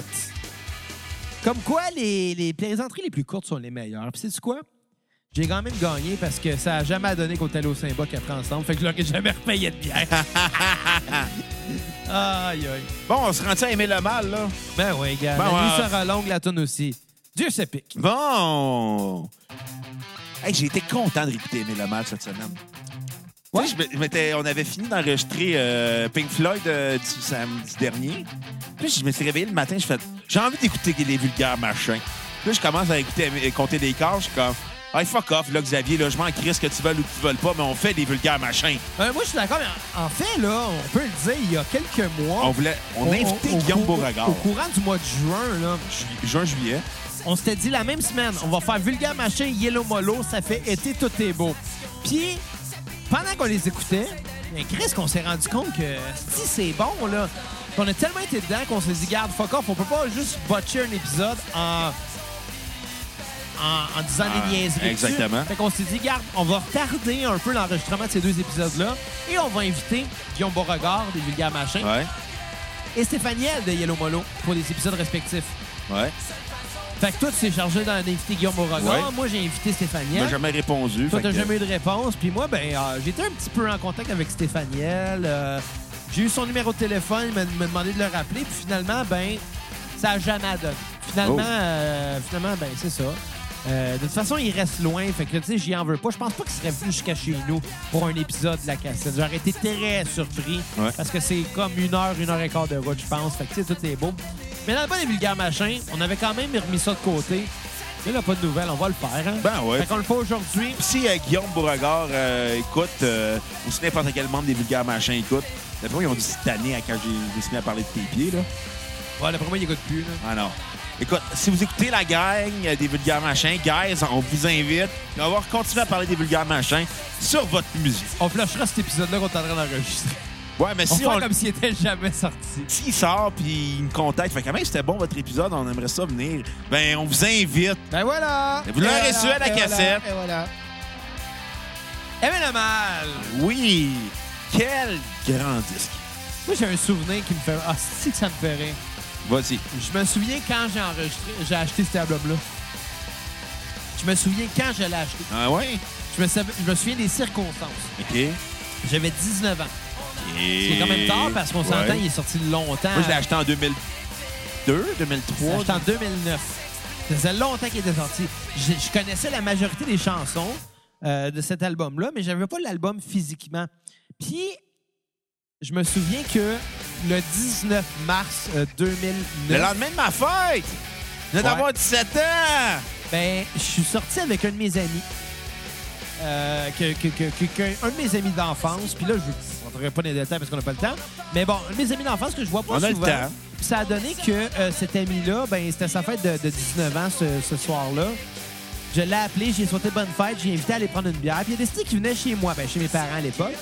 S2: Comme quoi, les, les plaisanteries les plus courtes sont les meilleures. Puis c'est quoi? J'ai quand même gagné parce que ça a jamais donné qu'on est allé au Simba quatre ans ensemble. Fait que je leur ai jamais repayé de bière. aïe, aïe.
S1: Bon, on se rend à aimer le mal, là?
S2: Ben oui, gars.
S1: Ben
S2: la nuit
S1: ouais.
S2: sera longue, la tonne aussi. Dieu se pique.
S1: Bon! Hey, j'ai été content de réécouter Aimer le mal cette semaine.
S2: Ouais.
S1: Tu sais, je me- je m'étais- on avait fini d'enregistrer euh, Pink Floyd euh, du samedi dernier. Puis je me suis réveillé le matin, je fais j'ai envie d'écouter les vulgaires machins. Puis là, je commence à écouter à compter des corps, je suis comme Hey, fuck off, là, Xavier, là, je m'en crisse que tu veuilles ou que tu veuilles pas, mais on fait des vulgaires machins.
S2: Euh, moi, je suis d'accord, mais en, en fait, là, on peut le dire, il y a quelques mois.
S1: On voulait. On,
S2: au-
S1: a invité
S2: au- au
S1: Guillaume
S2: courant-
S1: Beauregard.
S2: Au courant du mois de juin, là,
S1: Ju- Juin, juillet.
S2: on s'était dit la même semaine, on va faire Vulgaire Machin, Yellow Molo, ça fait été, tout est beau. Puis, pendant qu'on les écoutait, mais Chris, qu'on s'est rendu compte que si c'est bon, là. Puis On a tellement été dedans qu'on s'est dit, garde, fuck off, on peut pas juste botcher un épisode en. En, en disant
S1: Ah,
S2: des niaiseries. dessus.
S1: exactement.
S2: Fait qu'on s'est dit, garde, on va retarder un peu l'enregistrement de ces deux épisodes-là et on va inviter Guillaume Beauregard des Vulgaires Machins
S1: Ouais.
S2: et Stéphaniel de Yellow Molo pour des épisodes respectifs.
S1: Ouais.
S2: Fait que toi, tu t'es chargé d'en inviter Guillaume Beauregard.
S1: Ouais. Ben,
S2: Moi, j'ai invité
S1: Il m'a
S2: Stéphaniel.
S1: jamais répondu.
S2: Hein? Toi,
S1: fait
S2: t'as
S1: que-
S2: jamais eu de réponse. Puis moi, ben, euh, j'étais un petit peu en contact avec Stéphaniel. Euh, j'ai eu son numéro de téléphone. Il m'a- m'a demandé de le rappeler. Puis finalement, ben, ça a jamais donné. Finalement,
S1: Oh.
S2: euh, finalement ben, c'est ça. Euh, de toute façon, il reste loin. Fait que, tu sais, j'y en veux pas. Je pense pas qu'il serait venu jusqu'à chez nous pour un épisode de la cassette. J'aurais été très surpris.
S1: Ouais.
S2: Parce que c'est comme une heure, une heure et quart de route, je pense. Fait que, tu sais, tout est beau. Mais dans le bon des vulgaires machins, on avait quand même remis ça de côté. Là, là, pas de nouvelles. On va le faire. hein.
S1: Ben ouais.
S2: Fait qu'on le fait aujourd'hui.
S1: Puis si euh, Guillaume Beauregard euh, écoute, euh, ou si n'importe quel membre des vulgaires machins écoute, d'après moi, ils ont dû se tanner à quand j'ai décidé à parler de tes pieds, là.
S2: Ouais, d'après moi, il écoute plus. Là.
S1: Ah non. Écoute, si vous écoutez la gang euh, des vulgaires machins, guys, on vous invite à avoir continué à parler des vulgaires machins sur votre musique.
S2: On flashera cet épisode-là qu'on est en train d'enregistrer.
S1: Ouais, mais
S2: On
S1: si
S2: va
S1: on...
S2: faire comme s'il était jamais sorti.
S1: S'il sort puis il me contacte, fait quand même c'était bon votre épisode, on aimerait ça venir. Ben on vous invite.
S2: Ben voilà!
S1: Vous l'aurez
S2: Et
S1: su à la
S2: et
S1: cassette.
S2: Voilà, et voilà. Aimez le mal!
S1: Oui, quel grand disque.
S2: Moi, j'ai un souvenir qui me fait... Ah, si que ça me fait rire.
S1: Vas-y.
S2: Je me souviens quand j'ai enregistré... J'ai acheté cet album-là. Je me souviens quand je l'ai acheté.
S1: Ah ouais?
S2: Je me, sav- je me souviens des circonstances.
S1: Ok.
S2: J'avais 19 ans.
S1: Et...
S2: C'est quand même tard parce qu'on s'entend, il est sorti longtemps.
S1: Moi, je l'ai acheté en 2002, 2003.
S2: C'était en 2009. Ça faisait longtemps qu'il était sorti. Je, je connaissais la majorité des chansons euh, de cet album-là, mais j'avais pas l'album physiquement. Puis, je me souviens que le 19 mars euh, 2009,
S1: Le lendemain de ma fête! Je viens d'avoir 17 ans!
S2: ben, je suis sorti avec un de mes amis. Euh, que, que- que- que- que- un de mes amis d'enfance, puis là, je ne rentrerai pas dans les détails parce qu'on n'a pas le temps, mais bon, un de mes amis d'enfance que je vois pas
S1: On a le
S2: souvent.
S1: temps.
S2: Puis ça a donné que euh, cet ami-là, ben, c'était sa fête de, de 19 ans ce, ce soir-là. Je l'ai appelé, j'ai souhaité bonne fête, j'ai invité à aller prendre une bière. Puis il a décidé qu'il venait chez moi, ben, chez mes parents à l'époque.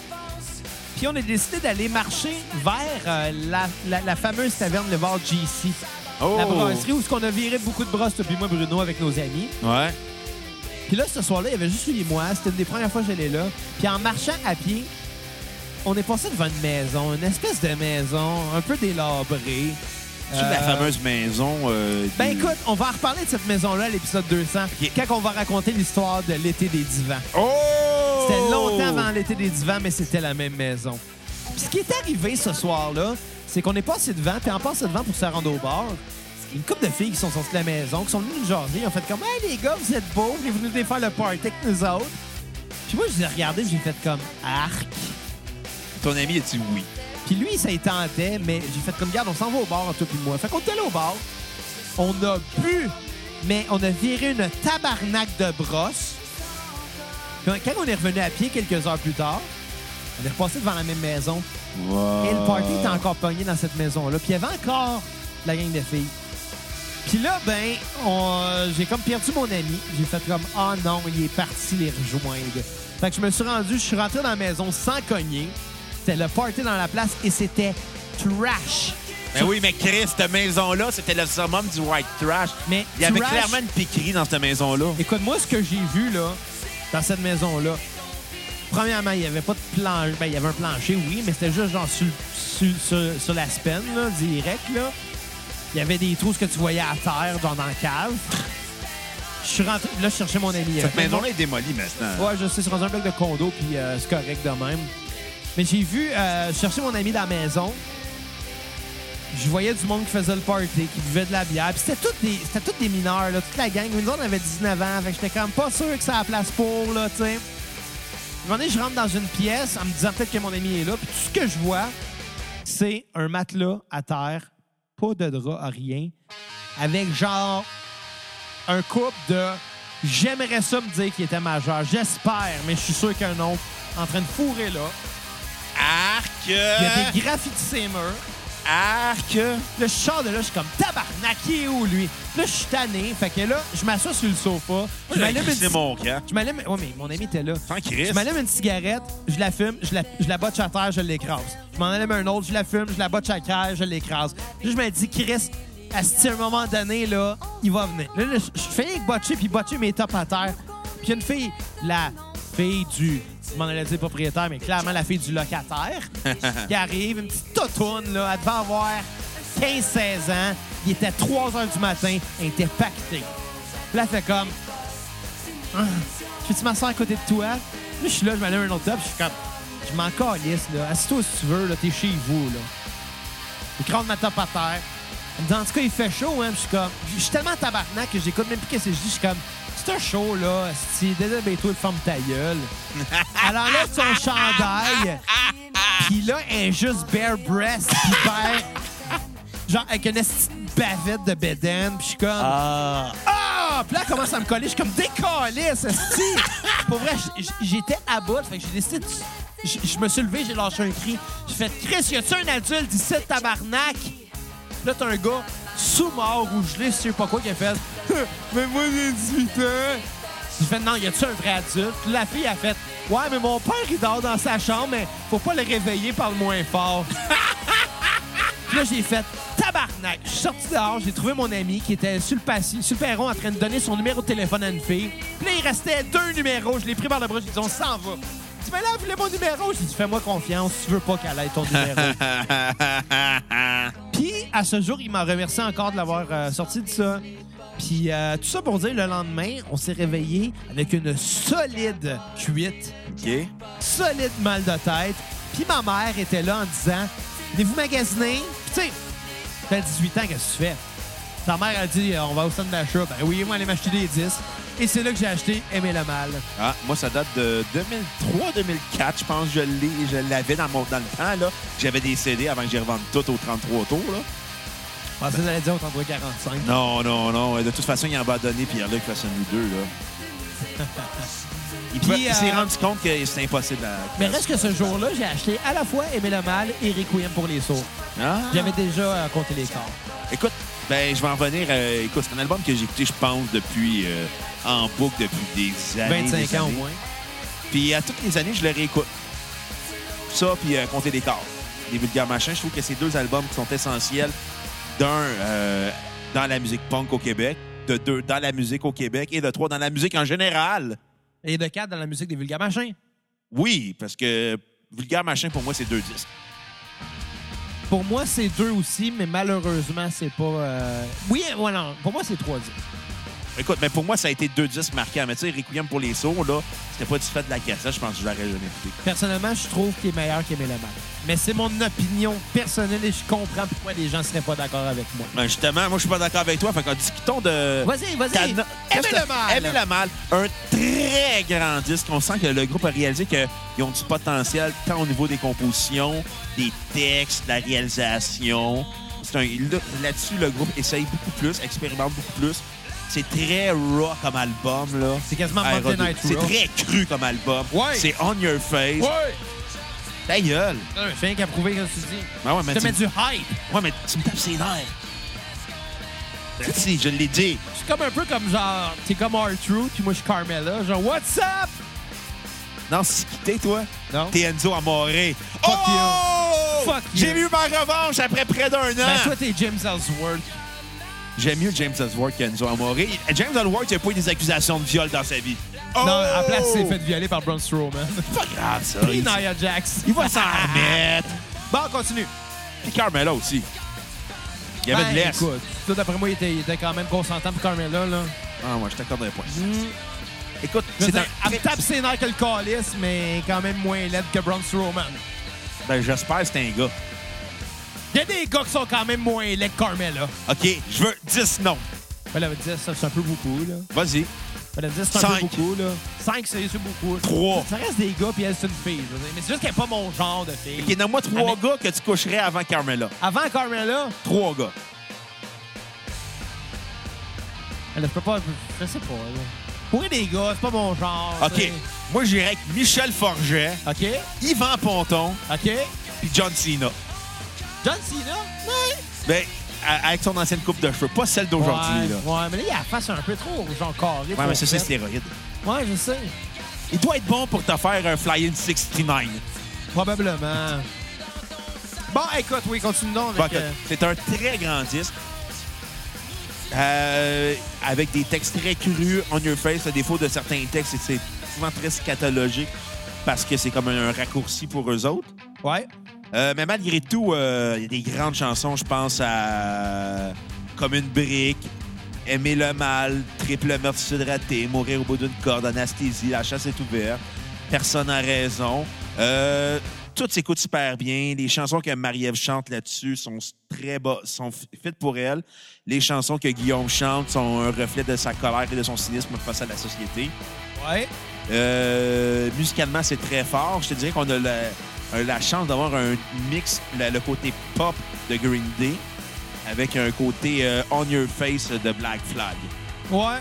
S2: Puis on a décidé d'aller marcher vers euh, la, la- la fameuse taverne Le Bar GC.
S1: Oh!
S2: La brasserie où ce qu'on a viré beaucoup de brosses, toi puis moi, Bruno, avec nos amis.
S1: Ouais.
S2: Puis là, ce soir-là, il y avait juste lui et moi. C'était une des premières fois que j'allais là. Puis en marchant à pied, on est passé devant une maison, une espèce de maison un peu délabrée.
S1: C'est la
S2: Euh,
S1: fameuse maison. euh,
S2: Ben
S1: du-
S2: écoute, on va en reparler de cette maison-là à l'épisode 200,
S1: Ok.
S2: quand on va raconter l'histoire de l'été des divans.
S1: Oh!
S2: C'était longtemps avant l'été des divans, mais c'était la même maison. Puis ce qui est arrivé ce soir-là, c'est qu'on est passé devant, puis en passant devant pour se rendre au bar, une couple de filles qui sont sorties de la maison, qui sont venues nous jaser, ils ont fait comme « Hey les gars, vous êtes beaux, venez-vous nous faire le party avec nous autres? » Puis moi, je les ai regardés, puis j'ai fait comme « Arc!
S1: Ton ami a dit oui. »
S2: Puis lui, ça y tentait, mais j'ai fait comme « Garde, on s'en va au bar, toi puis moi. » Fait qu'on est allé au bar, on a bu, mais on a viré une tabarnak de brosse. Puis quand on est revenu à pied quelques heures plus tard, on est repassé devant la même maison.
S1: Wow.
S2: Et le party était encore pogné dans cette maison-là. Puis il y avait encore de la gang de filles. Puis là, ben, on- j'ai comme perdu mon ami. J'ai fait comme, ah non, il est parti les rejoindre. Fait que je me suis rendu, je suis rentré dans la maison sans cogner. C'était le party dans la place et c'était trash.
S1: Ben oui, mais Chris, cette maison-là, c'était le summum du white trash.
S2: Mais
S1: Il y avait
S2: trash-
S1: clairement une piquerie dans cette maison-là.
S2: Écoute, moi, ce que j'ai vu, là, dans cette maison-là, premièrement, il n'y avait pas de plancher. Ben, il y avait un plancher, oui, mais c'était juste genre sur, sur, sur- sur la spen, là, direct, là. Il y avait des trous ce que tu voyais à terre, genre dans la cave. Je suis rentré, là, je cherchais mon ami.
S1: Cette
S2: euh,
S1: maison-là est démolie maintenant.
S2: Ouais, je sais, c'est dans un bloc de condo, puis euh, c'est correct de même. Mais j'ai vu, euh, chercher mon ami dans la maison. Je voyais du monde qui faisait le party, qui buvait de la bière. Puis c'était tous des, c'était tous des mineurs, là, toute la gang. Nous autres, on avait 19 ans, fait que j'étais comme pas sûr que ça a la place pour, là, tu sais. Un moment donné, je rentre dans une pièce en me disant peut-être que mon ami est là. Puis tout ce que je vois, c'est un matelas à terre, pas de drap, rien, avec genre un couple de j'aimerais ça me dire qu'il était majeur, j'espère, mais je suis sûr qu'un autre en train de fourrer là.
S1: Arc!
S2: Il y
S1: Euh.
S2: a des graffitis sur les murs.
S1: Arc!
S2: Là, je sors de là, je suis comme tabarnak, il est où, lui? Là, je suis tanné. Fait que là, je m'assois sur le sofa. Je m'allume une
S1: C'est
S2: ci-
S1: mon camp.
S2: Je m'allume. Ouais, mais mon ami était là.
S1: Sans Christ.
S2: Je m'allume une cigarette, je la fume, je la, je la botche à terre, je l'écrase. Je m'en allume un autre, je la fume, je la botche à terre, je l'écrase. Là, je me dis, Chris, à ce un moment donné, là, il va venir. Là, là, je je fais rien que botcher puis botcher mes tops à terre. Puis il y a une fille, la fille du. Je m'en allais dire propriétaire, mais clairement la fille du locataire, qui arrive, une petite totoune, là. Elle devait avoir 15-16 ans. Il était 3 h du matin, elle était pactée. Là, elle fait comme. Je vais-tu m'asseoir à côté de toi? Là, je suis là, je m'allume un autre top, je suis comme, je m'en calisse, là. Assis-toi si tu veux, là, t'es chez vous, là. Il crame ma top à terre. Elle me dit, en tout cas, il fait chaud, hein. Puis Je suis comme, je suis tellement tabarnak que j'écoute même plus qu'est-ce que je dis. Je suis comme, c'est un show, là. Si, désolé, forme ta gueule. Elle enlève son chandail. Puis là, elle est juste bare breast, puis bare. Genre, avec une esti de bavette de bedaine. Puis je suis comme,
S1: Ah!
S2: ah! Puis là, elle commence à me coller. Je suis comme décalé, ça Pour vrai, j- j'étais à bout. Fait que j'ai décidé de- j- Je me suis levé, j'ai lâché un cri. J'ai fait Chris, y a-tu un adulte ici, tabarnak? Là, t'as un gars sous-mort ou gelé, je sais pas quoi, qui a fait Mais moi, j'ai 18 ans. J'ai fait Non, y a-tu un vrai adulte? Puis La fille a fait Ouais, mais mon père, il dort dans sa chambre, mais faut pas le réveiller par le moins fort. Puis là, j'ai fait tabarnak. Je suis sorti dehors, j'ai trouvé mon ami qui était sur le patio, sur le perron, en train de donner son numéro de téléphone à une fille. Puis là, il restait deux numéros. Je l'ai pris par le bras, j'ai dit, on s'en va. Il dit, mais là, elle voulait mon numéro. J'ai dit, fais-moi confiance, tu veux pas qu'elle ait ton numéro. Puis, à ce jour, il m'a remercié encore de l'avoir euh, sorti de ça. Puis, euh, tout ça pour dire, le lendemain, on s'est réveillé avec une solide cuite
S1: OK.
S2: solide mal de tête. Puis ma mère était là en disant Venez-vous magasiner Puis tu sais, t'as 18 ans, qu'est-ce que tu fais Ta mère a dit euh, On va au centre d'achat. Ben oui, moi, aller m'acheter des 10. Et c'est là que j'ai acheté Aimer le mal.
S1: Ah, moi, ça date de 2003-2004, je pense. Je l'ai- je l'avais dans, mon- dans le temps, là. J'avais des CD avant que j'y revende tout au 33 tours, là.
S2: Je pensais que j'allais dire On t'en doit 45.
S1: Non, non, non. Euh, De toute façon, il a abandonné Pierre-Luc face à nous deux, là. Il, pouvait-
S2: Puis,
S1: il s'est
S2: euh,
S1: rendu compte que c'était impossible à...
S2: Mais reste que ce jour-là, j'ai acheté à la fois Aimer le mal et Requiem pour les sourds.
S1: Ah.
S2: J'avais déjà euh, compté les corps.
S1: Écoute, ben, je vais en venir. euh, écoute, c'est un album que j'ai écouté, je pense, depuis euh, en boucle depuis des années.
S2: 25
S1: des
S2: ans au
S1: années.
S2: moins.
S1: Puis à toutes les années, je le réécoute. Ça, puis euh, Compter des corps. Les vulgaires machins, je trouve que c'est deux albums qui sont essentiels. D'un, euh, dans la musique punk au Québec. De deux, dans la musique au Québec. Et de trois, dans la musique en général.
S2: Et de 4 dans la musique des vulgaires machins.
S1: Oui, parce que vulgaire machin, pour moi, c'est deux disques.
S2: Pour moi, c'est deux aussi, mais malheureusement, c'est pas. euh, Oui, ouais, non. Pour moi, c'est trois disques.
S1: Écoute, mais pour moi, ça a été deux disques marquants. Mais tu sais, Requiem pour les sourds, là, c'était pas du fait de la cassette. Je pense que je l'aurais jamais écouté.
S2: Personnellement, je trouve qu'il est meilleur qu'Aimé Lemar. Mais c'est mon opinion personnelle et je comprends pourquoi les gens seraient pas d'accord avec moi.
S1: Ben justement, moi, je suis pas d'accord avec toi. Fait qu'on discutons de...
S2: Vas-y, vas-y.
S1: Cana-
S2: Aimé
S1: Qu'est-ce que-
S2: le mal.
S1: Aimez le mal. Un très grand disque. On sent que le groupe a réalisé qu'ils ont du potentiel tant au niveau des compositions, des textes, de la réalisation. C'est un- là- Là-dessus, le groupe essaye beaucoup plus, expérimente beaucoup plus. C'est très raw comme album. là.
S2: C'est quasiment Monday
S1: Aero-
S2: Night
S1: C'est
S2: Raw.
S1: très cru comme album.
S2: Ouais.
S1: C'est on your face. Ta gueule.
S2: Non, mais Je fais rien qu'à prouver ce que tu dis.
S1: Ben ouais, mais
S2: Je te
S1: tu-
S2: mets du hype.
S1: Ouais, mais tu me tapes ses nerfs. Si, je l'ai dit.
S2: C'est comme un peu comme genre, t'es comme R-True, puis moi je suis Carmela. Genre, what's up?
S1: Non, c'est quitté, toi.
S2: Non?
S1: T'es Enzo Amore.
S2: Fuck
S1: oh!
S2: you. Fuck
S1: J'ai
S2: you.
S1: eu ma revanche après près d'un an.
S2: Ben, toi, t'es James Ellsworth.
S1: J'aime mieux James Ellsworth qu'Enzo Amore. James Ellsworth, il a pas eu des accusations de viol dans sa vie. Oh!
S2: Non, à la place, c'est fait violer par Braun Strowman.
S1: C'est pas grave, ça.
S2: Puis
S1: Il,
S2: Nia Jax.
S1: il va s'en remettre.
S2: Bon, on continue.
S1: Puis Carmela aussi. Il y avait
S2: Ben,
S1: de l'Est.
S2: écoute, Toi, d'après moi, il était, il était quand même consentant pour Carmela, là.
S1: Ah, moi, je t'accorde un point.
S2: Mm.
S1: Écoute,
S2: Je veux
S1: c'est
S2: dire,
S1: un.
S2: Elle me tape ses nerfs que le calice, mais quand même moins laide que Braun Strowman.
S1: Ben, j'espère que c'est un gars.
S2: Il y a des gars qui sont quand même moins laids que Carmella.
S1: OK, je veux 10 noms.
S2: Voilà, vous dire, Ben, ça, c'est un peu beaucoup, là.
S1: Vas-y.
S2: Voilà, vous dire, c'est un
S1: Cinq.
S2: peu beaucoup, là. Cinq, c'est c'est beaucoup.
S1: Trois.
S2: Ça reste des gars, puis elle, c'est une fille. je veux dire. Mais c'est juste qu'elle n'est pas mon genre de fille.
S1: OK, nomme-moi trois
S2: Ah, mais-
S1: gars que tu coucherais avant Carmela.
S2: Avant Carmella,
S1: Trois gars.
S2: elle, je peux pas. Je sais pas, là. Pour des gars, c'est pas mon genre. tu
S1: Ah, OK.
S2: sais.
S1: Moi, j'irais avec Michel Forget,
S2: OK.
S1: Yvan Ponton,
S2: OK.
S1: puis John Cena.
S2: John Cena? Ouais.
S1: Ben, à- avec son ancienne coupe de cheveux, pas celle d'aujourd'hui,
S2: ouais,
S1: là.
S2: Ouais, mais là, il a la face un peu trop, genre carré.
S1: Ouais, mais ça, c'est
S2: trop
S1: stéroïde.
S2: faite. Ouais, je sais.
S1: Il doit être bon pour te faire un Flying 69.
S2: Probablement. Bon, écoute, oui, continue donc
S1: Bon,
S2: avec...
S1: écoute,
S2: euh,
S1: C'est un très grand disque. Euh, avec des textes très crus, on your face, le défaut de certains textes, c'est que c'est souvent très scatologique parce que c'est comme un raccourci pour eux autres.
S2: Ouais.
S1: Euh, mais malgré tout, euh, il y a des grandes chansons. Je pense à Comme une brique, Aimer le mal, Triple meurtre suddraté, Mourir au bout d'une corde, Anesthésie, La chasse est ouverte, Personne n'a raison. Euh, tout s'écoute super bien. Les chansons que Marie-Ève chante là-dessus sont s- très bas, sont f- faites pour elle. Les chansons que Guillaume chante sont un reflet de sa colère et de son cynisme face à la société.
S2: Ouais.
S1: Euh, musicalement, c'est très fort. Je te dirais qu'on a la, euh, la chance d'avoir un mix, la- le côté pop de Green Day avec un côté euh, on your face de Black Flag.
S2: Ouais.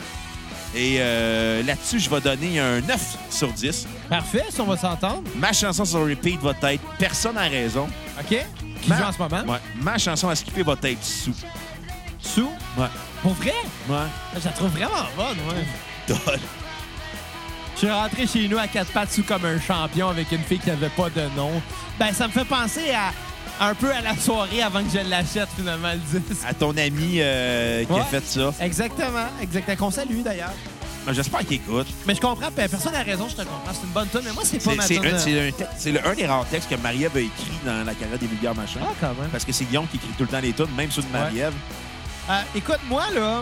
S1: Et euh, là-dessus, je vais donner un 9 sur 10.
S2: Parfait, si on va s'entendre.
S1: Ma chanson sur repeat va être Personne à raison.
S2: OK? Qui
S1: Ma-
S2: joue en ce moment?
S1: Ben, Ouais. Ma chanson à skipper va être Sous.
S2: Sous.
S1: Ouais.
S2: Pour vrai?
S1: Ouais.
S2: Je la trouve vraiment bonne, ouais.
S1: Dol.
S2: Je suis rentré chez nous à quatre pattes sous comme un champion avec une fille qui n'avait pas de nom. Ben, ça me fait penser à un peu à la soirée avant que je l'achète, finalement, le disque.
S1: À ton ami euh, qui a
S2: Ouais.
S1: fait ça.
S2: Exactement, exactement. Qu'on salue, d'ailleurs.
S1: J'espère qu'il écoute.
S2: Mais je comprends, ben, personne n'a raison, je te comprends. C'est une bonne tonne, mais moi, c'est pas
S1: C'est
S2: ma
S1: c'est
S2: tune,
S1: un,
S2: euh,
S1: c'est un texte- c'est le- un des rares textes que Marie-Ève a écrit dans la carrière des vulgaires machins.
S2: Ah, quand même.
S1: Parce que c'est Guillaume qui écrit tout le temps les tunes, même ceux de Marie-Ève.
S2: Euh, écoute, moi, là,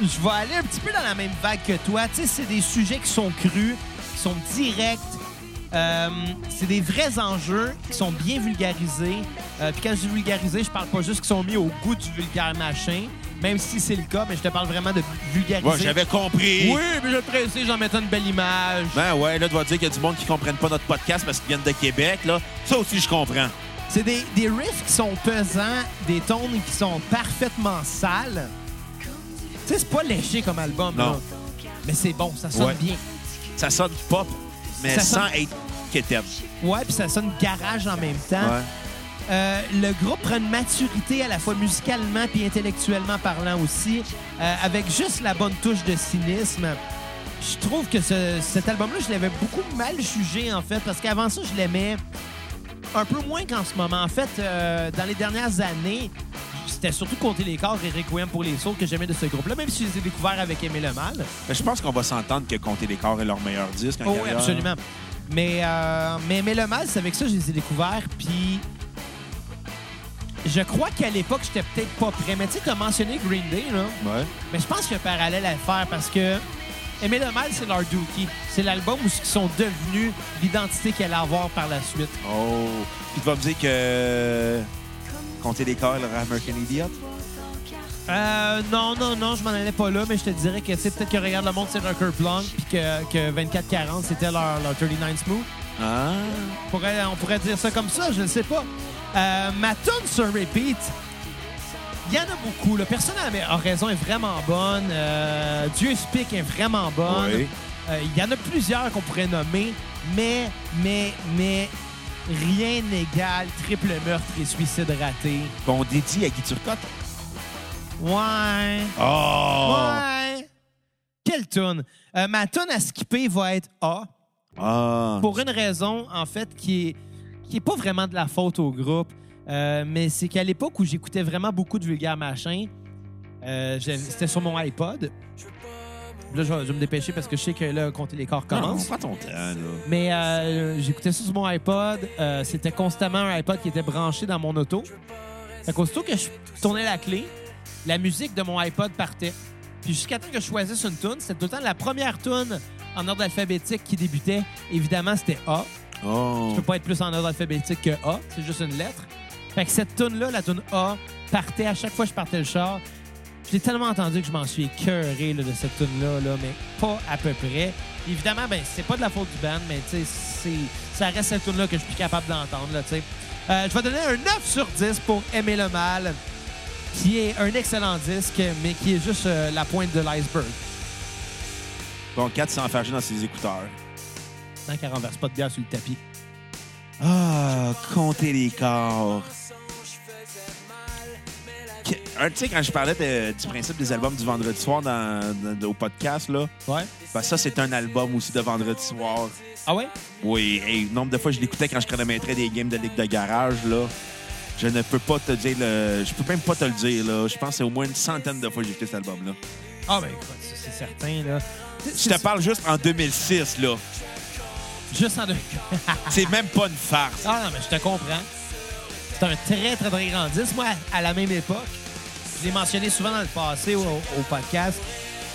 S2: je vais aller un petit peu dans la même vague que toi. Tu sais, c'est des sujets qui sont crus, qui sont directs. Euh, c'est des vrais enjeux qui sont bien vulgarisés. Euh, Puis quand je dis vulgarisé, je parle pas juste qu'ils sont mis au goût du vulgaire machin, même si c'est le cas, mais je te parle vraiment de vulgariser.
S1: Ouais, j'avais compris.
S2: Oui, mais je le précise, j'en mettais une belle image.
S1: Ben ouais, là, tu vas dire qu'il y a du monde qui ne comprennent pas notre podcast parce qu'ils viennent de Québec, là. Ça aussi, je comprends.
S2: C'est des, des riffs qui sont pesants, des tones qui sont parfaitement sales. Tu sais, c'est pas léché comme album,
S1: Non.
S2: là. Mais c'est bon, ça sonne
S1: Ouais.
S2: bien.
S1: Ça sonne pop, mais
S2: Ça
S1: sans
S2: sonne-
S1: être quétaine.
S2: Ouais, puis ça sonne garage en même temps.
S1: Ouais.
S2: Euh, le groupe prend une maturité à la fois musicalement puis intellectuellement parlant aussi, euh, avec juste la bonne touche de cynisme. Je trouve que ce- cet album-là, je l'avais beaucoup mal jugé, en fait, parce qu'avant ça, je l'aimais un peu moins qu'en ce moment. En fait, euh, dans les dernières années, c'était surtout Compter les corps et Requiem pour les sourds que j'aimais de ce groupe-là, même si je les ai découverts avec Aimer le mal.
S1: Mais Ben, je pense qu'on va s'entendre que Compter les corps est leur meilleur disque. en
S2: Oh, oui,
S1: carrière.
S2: absolument. Mais, euh, mais, mais le mal, c'est avec ça que je les ai découverts. Puis je crois qu'à l'époque, j'étais peut-être pas prêt. Mais tu sais, t'as mentionné Green Day, là.
S1: Ouais.
S2: Mais je pense qu'il y a un parallèle à faire parce que Aimer le mal, c'est leur dookie. C'est l'album où ils sont devenus l'identité qu'elle allait avoir par la suite.
S1: Oh. Puis tu vas me dire que. Compter les corps est leur American Idiot?
S2: Euh, non, non, non, je m'en allais pas là, mais je te dirais que c'est peut-être que Regarde le monde, c'est Rucker Blanc, puis que, que 24-40, c'était leur, leur 39 Smooth.
S1: Ah.
S2: pourrait- on pourrait dire ça comme ça, je ne sais pas. Euh, ma tune sur repeat, il y en a beaucoup. Le Personne a raison est vraiment bonne. Euh, Dieu speak est vraiment bonne.
S1: Oui.
S2: Euh, Il y en a plusieurs qu'on pourrait nommer, mais, mais, mais, rien n'égale triple meurtre et suicide raté.
S1: Qu'on dédie à Guy Turcotte.
S2: Ouais.
S1: Oh.
S2: Ouais. Quelle tune? Euh, ma tune à skipper va être A.
S1: Ah.
S2: pour une raison, en fait, qui est, qui est pas vraiment de la faute au groupe, euh, mais c'est qu'à l'époque où j'écoutais vraiment beaucoup de vulgaire machin, euh, j'ai- c'était sur mon iPod. Là, je vais, je vais me dépêcher parce que je sais que là, compter les corps
S1: Non,
S2: commence.
S1: prends ton temps, là.
S2: Mais euh, j'écoutais ça sur mon iPod. euh, c'était constamment un iPod qui était branché dans mon auto. Fait qu'aussitôt que je tournais la clé, la musique de mon iPod partait. Puis jusqu'à temps que je choisisse une tune, c'était tout le temps la première tune en ordre alphabétique qui débutait. Évidemment, c'était A.
S1: Oh.
S2: Je peux pas être plus en ordre alphabétique que A, c'est juste une lettre. Fait que cette tune là la tune A, partait à chaque fois que je partais le char. J'ai tellement entendu que je m'en suis écœuré là, de cette tune là là, mais pas à peu près. Évidemment, ben c'est pas de la faute du band, mais tu sais, c'est- ça reste cette tune là que je suis plus capable d'entendre là, tu sais. Euh, je vais donner un 9 sur 10 pour Aimer le mal, qui est un excellent disque, mais qui est juste euh, la pointe de l'iceberg.
S1: Bon, 4 s'est enfargé dans ses écouteurs.
S2: Tant qu'elle renverse pas de bière sur le tapis.
S1: Ah, compter les corps. Que- Un, tu sais, quand je parlais de- du principe des albums du vendredi soir dans, dans- au podcast, là,
S2: Ouais.
S1: ben ça, c'est un album aussi de vendredi soir.
S2: Ah ouais?
S1: Oui, et le nombre de fois que je l'écoutais quand je chronométrais des games de Ligue de Garage, là, je ne peux pas te dire, le, je peux même pas te le dire, là. Je pense que c'est au moins une centaine de fois que j'ai écouté cet album-là.
S2: Ah ben écoute, ça, c'est certain là.
S1: Je te parle juste en 2006, là.
S2: Juste en deux.
S1: C'est même pas une farce.
S2: Ah non, mais je te comprends. C'est un très, très, très grand disque. Moi, à la même époque, je l'ai mentionné souvent dans le passé au, au podcast,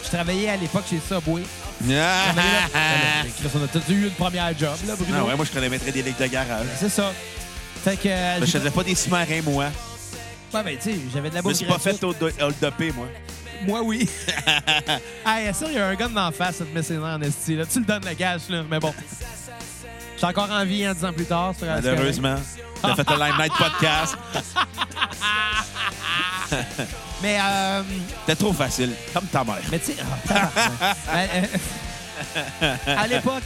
S2: je travaillais à l'époque chez Subway. Je travaillais là- Ah, mais Chris, on a tous eu une première job, là, Bruno.
S1: Ah ouais, moi, je chronométrais des Ligues de Garage.
S2: C'est ça. Fait que... euh,
S1: Mais je
S2: j'ai-
S1: faisais pas des sous-marins, moi.
S2: Ouais, ben, tu sais, j'avais de la
S1: Je me
S2: bouffe
S1: suis pas
S2: gratuite.
S1: fait hold-upé, moi.
S2: Moi, oui. hey, ça, il y a un gars d'en face, ça te met ses nerfs en esti, là. Tu le donnes le gage, là, mais bon. J'ai encore envie, hein, dix ans plus tard. c'est- c'est correct.
S1: Malheureusement. T'as fait le Lime Night Podcast.
S2: Mais, euh,
S1: T'es trop facile, comme ta mère.
S2: Mais tu sais, ah, tabarnak. Ben, euh, à l'époque,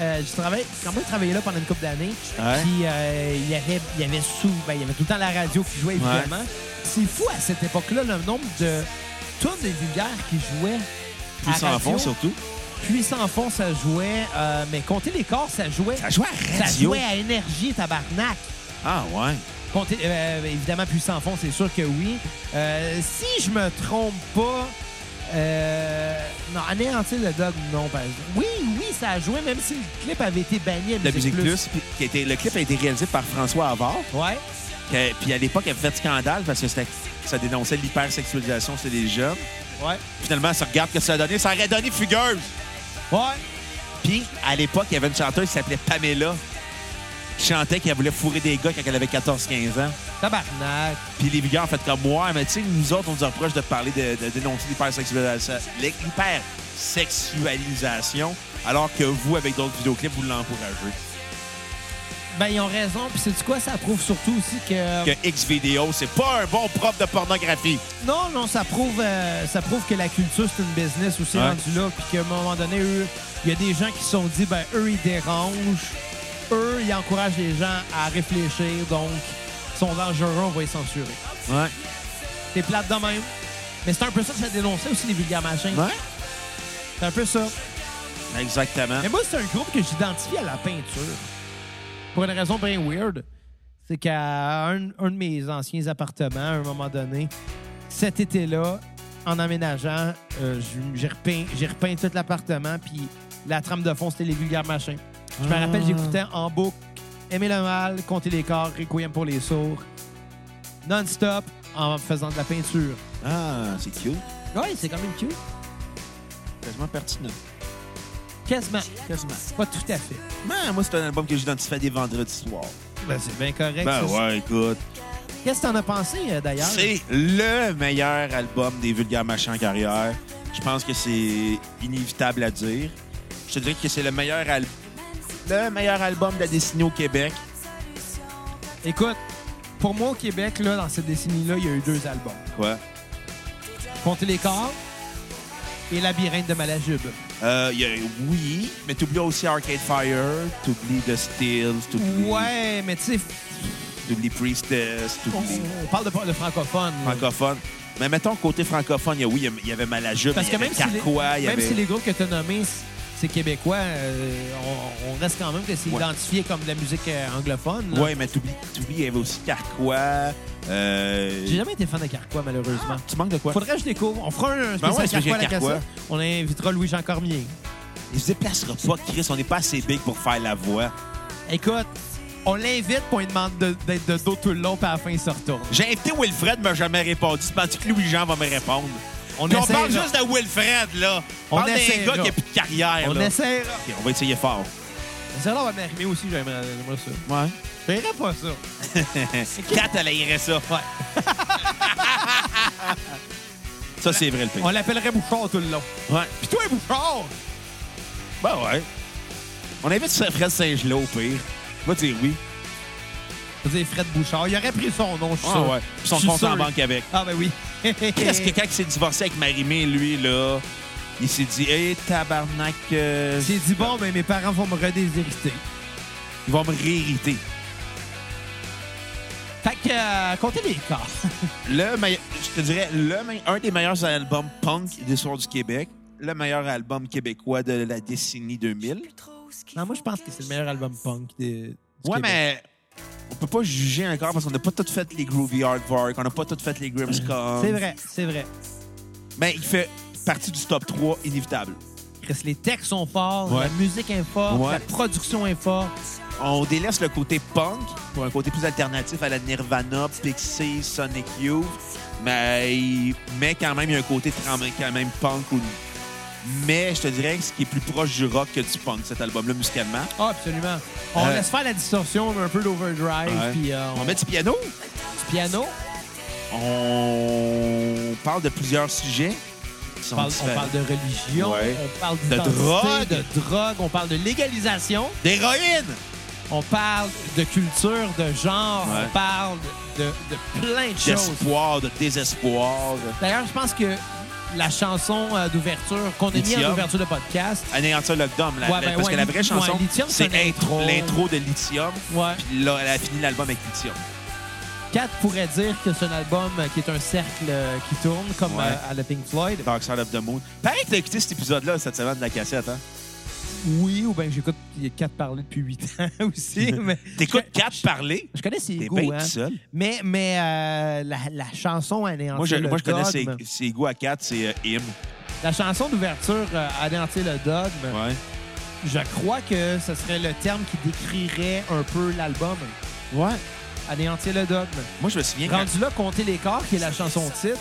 S2: euh, je travaillais, quand moi je travaillais là pendant une couple d'années,
S1: Ouais.
S2: puis euh, il y avait, il y avait sous, ben, il y avait tout le temps la radio qui jouait évidemment. C'est fou à cette époque-là le nombre de tunes des vulgaires qui jouaient. à
S1: Plus en
S2: radio.
S1: fond, surtout.
S2: Puis sans fond, ça jouait. euh, mais compter les corps, ça jouait.
S1: Ça jouait à
S2: ça
S1: radio.
S2: jouait à énergie, tabarnak.
S1: Ah ouais.
S2: Comptez- euh, évidemment, Puissant Fond, c'est sûr que oui. Euh, si je me trompe pas, euh, non, Anéantir le dog, non. par exemple. oui, oui, ça a joué, même si le clip avait été banni à
S1: La musique plus, puis qui a été- le clip a été réalisé par François Havard.
S2: Ouais.
S1: que- Puis à l'époque, elle fait scandale parce que c'était- ça dénonçait l'hypersexualisation chez les jeunes.
S2: Ouais.
S1: Finalement, ça regarde ce que ça a donné. Ça aurait donné Fugueuse.
S2: Ouais.
S1: Puis à l'époque, il y avait une chanteuse qui s'appelait Pamela qui chantait qu'elle voulait fourrer des gars quand elle avait 14-15 ans.
S2: Tabarnak.
S1: Puis les vulgaires, en fait, comme moi, mais tu sais, nous autres, on nous reproche de parler de, de dénoncer l'hypersexualisa- l'hypersexualisation, alors que vous, avec d'autres vidéoclips, vous l'encouragez.
S2: Ben, ils ont raison. Puis, c'est du quoi? Ça prouve surtout aussi que. euh,
S1: Que X vidéo, c'est pas un bon prof de pornographie.
S2: Non, non, ça prouve, euh, ça prouve que la culture, c'est une business aussi
S1: Ouais.
S2: rendu là. Puis qu'à un moment donné, eux, il y a des gens qui se sont dit, ben, eux, ils dérangent. Eux, ils encouragent les gens à réfléchir. Donc, ils sont dangereux, on va les censurer.
S1: Ouais.
S2: C'est plate de même. Mais c'est un peu ça que ça dénonçait aussi, les vulgaires machins.
S1: Ouais?
S2: C'est un peu ça.
S1: Exactement.
S2: Mais moi, c'est un groupe que j'identifie à la peinture. Pour une raison bien weird. C'est qu'à un, un de mes anciens appartements, à un moment donné, cet été-là, en emménageant, euh, j'ai- j'ai repeint, j'ai repeint tout l'appartement, puis la trame de fond, c'était les vulgaires machins. Je me rappelle, j'écoutais en boucle Aimer le mal, Compter les corps, Requiem pour les sourds, non-stop, en faisant de la peinture.
S1: Ah, c'est cute.
S2: Oui, c'est quand même cute.
S1: Quasiment pertinent.
S2: Quasiment.
S1: Quasiment.
S2: Pas tout à fait.
S1: Man, Ben, moi, c'est un album que j'identifie à des vendredis soirs.
S2: Ben, c'est bien correct.
S1: Ben
S2: ça.
S1: ouais, écoute.
S2: Qu'est-ce que t'en as pensé, euh, d'ailleurs?
S1: C'est le meilleur album des vulgaires machins en carrière. Je pense que c'est inévitable à dire. Je te dirais que c'est le meilleur al- le meilleur album de la décennie au Québec.
S2: Écoute, pour moi, au Québec, là, dans cette décennie-là, il y a eu deux albums.
S1: Quoi?
S2: Compter les corps et Labyrinthe de Malajube.
S1: Euh, il y a, oui, mais t'oublies aussi Arcade Fire, t'oublies The Steels, t'oublies
S2: Ouais, mais tu sais,
S1: t'oublies Priestess,
S2: on,
S1: t'oublies
S2: on parle de, de francophone. là.
S1: francophone. Mais mettons, côté francophone, il y a, oui, il y avait Malajub,
S2: Parce
S1: il y
S2: que
S1: avait
S2: même, si les,
S1: Carquois, il y
S2: même
S1: avait...
S2: si les groupes que tu as nommés, c- c'est québécois, euh, on, on reste quand même que c'est
S1: Ouais.
S2: identifié comme de la musique euh, anglophone. là.
S1: Ouais, mais t'oublies, t'oublies, il y avait aussi Carquois. Euh...
S2: J'ai jamais été fan de Carquois, malheureusement.
S1: Tu manques de quoi?
S2: Faudrait que je découvre. On fera un
S1: Ben ouais,
S2: spécial Carquois à la
S1: spécial Carquois.
S2: cassette. On invitera Louis-Jean Cormier.
S1: Il se déplacera pas, Chris. On n'est pas assez big pour faire la voix.
S2: Écoute, on l'invite, puis on lui demande de- d'être de, dos tout le long, puis à la fin, il se retourne.
S1: J'ai invité Wilfred, mais jamais répondu. Tu penses que Louis-Jean va me répondre?
S2: on
S1: Puis on
S2: essaiera.
S1: parle juste de Wilfred, là.
S2: On
S1: On parle d'un
S2: essaiera.
S1: gars qui a plus de carrière,
S2: On
S1: là.
S2: essaiera.
S1: OK, on va essayer fort.
S2: Ça, là, on va m'arrimer aussi, j'aimerais j'aimerais ça.
S1: Ouais.
S2: J'aimerais pas ça.
S1: Kat, elle irait ça. ça, c'est vrai, le pays.
S2: On l'appellerait Bouchard tout le long.
S1: Ouais.
S2: Pis toi, Bouchard!
S1: Ben ouais. On invite Fred Saint-Gelot, au pire. Va dire oui.
S2: Je veux dire, Fred Bouchard. Il aurait pris son nom, je suis sûr.
S1: Puis Ah, son
S2: Je suis
S1: compte en
S2: sûr.
S1: banque avec.
S2: Ah, ben oui.
S1: Qu'est-ce que quand il s'est divorcé avec Marie-Mé, lui, là, il s'est dit, hé, tabarnak, euh,
S2: J'ai dit, bon, ben mes parents vont me redéshériter.
S1: ils vont me réhériter.
S2: Fait que, euh, comptez les cas.
S1: Le meille- je te dirais, le me- un des meilleurs albums punk de l'histoire du Québec, le meilleur album québécois de la décennie 2000.
S2: Non, moi, je pense que c'est le meilleur album punk des. du
S1: Ouais,
S2: Québec.
S1: mais on peut pas juger encore parce qu'on n'a pas tout fait les Groovy Hardwork, on n'a pas tout fait les Grimmscom.
S2: C'est vrai, c'est vrai.
S1: Mais il fait partie du top 3 inévitable.
S2: Chris, les textes sont forts,
S1: Ouais.
S2: la musique est forte,
S1: Ouais.
S2: la production est forte.
S1: On délaisse le côté punk pour un côté plus alternatif à la Nirvana, Pixies, Sonic Youth, mais, il- mais quand même, il y a un côté quand même, quand même punk. Ou... Mais je te dirais que ce qui est plus proche du rock que du punk, cet album-là, musicalement.
S2: Ah, absolument. On
S1: Euh.
S2: laisse faire la distorsion un peu d'overdrive,
S1: Ouais.
S2: puis euh, on,
S1: On met du piano,
S2: du piano.
S1: on parle de plusieurs sujets. qui sont
S2: On parle, on
S1: différents.
S2: parle de religion,
S1: Ouais.
S2: on parle
S1: De
S2: d'identité,
S1: drogue.
S2: de drogue, on parle de légalisation,
S1: D'héroïne!
S2: on parle de culture, de genre,
S1: Ouais.
S2: on parle de, de plein de choses.
S1: D'espoir, de désespoir.
S2: D'ailleurs, je pense que la chanson euh, d'ouverture qu'on a mis
S1: Lithium.
S2: en ouverture de podcast,
S1: Anéantir l'Ocdom. La,
S2: Ouais,
S1: la-
S2: ben
S1: parce
S2: ouais,
S1: que la vraie
S2: li-
S1: chanson,
S2: ouais, Lithium,
S1: c'est
S2: c'est une intro.
S1: intro- l'intro de Lithium.
S2: ouais,
S1: Puis là, elle a fini l'album avec Lithium.
S2: Kat pourrait dire que c'est un album euh, qui est un cercle euh, qui tourne, comme
S1: Ouais.
S2: euh, à la Pink Floyd.
S1: Dark Side of the Moon. Pareil que t'as écouté cet épisode-là cette semaine de la cassette, hein?
S2: Oui, ou bien j'écoute Kat parler depuis 8 ans aussi, mais
S1: T'écoutes Kat parler?
S2: je connais ses
S1: T'es
S2: goûts.
S1: bien
S2: hein.
S1: tout seul.
S2: Mais, mais euh, la, la chanson Anéantir
S1: Moi, je,
S2: le
S1: moi, je connais ses,
S2: dogme,
S1: ses goûts à Kat, c'est euh, Him.
S2: la chanson d'ouverture euh, Anéantir le dogme,
S1: Ouais.
S2: je crois que ce serait le terme qui décrirait un peu l'album.
S1: Ouais.
S2: Anéantir le dogme.
S1: Moi, je me souviens. quand-
S2: Rendu là, Compter les corps, qui est la chanson titre,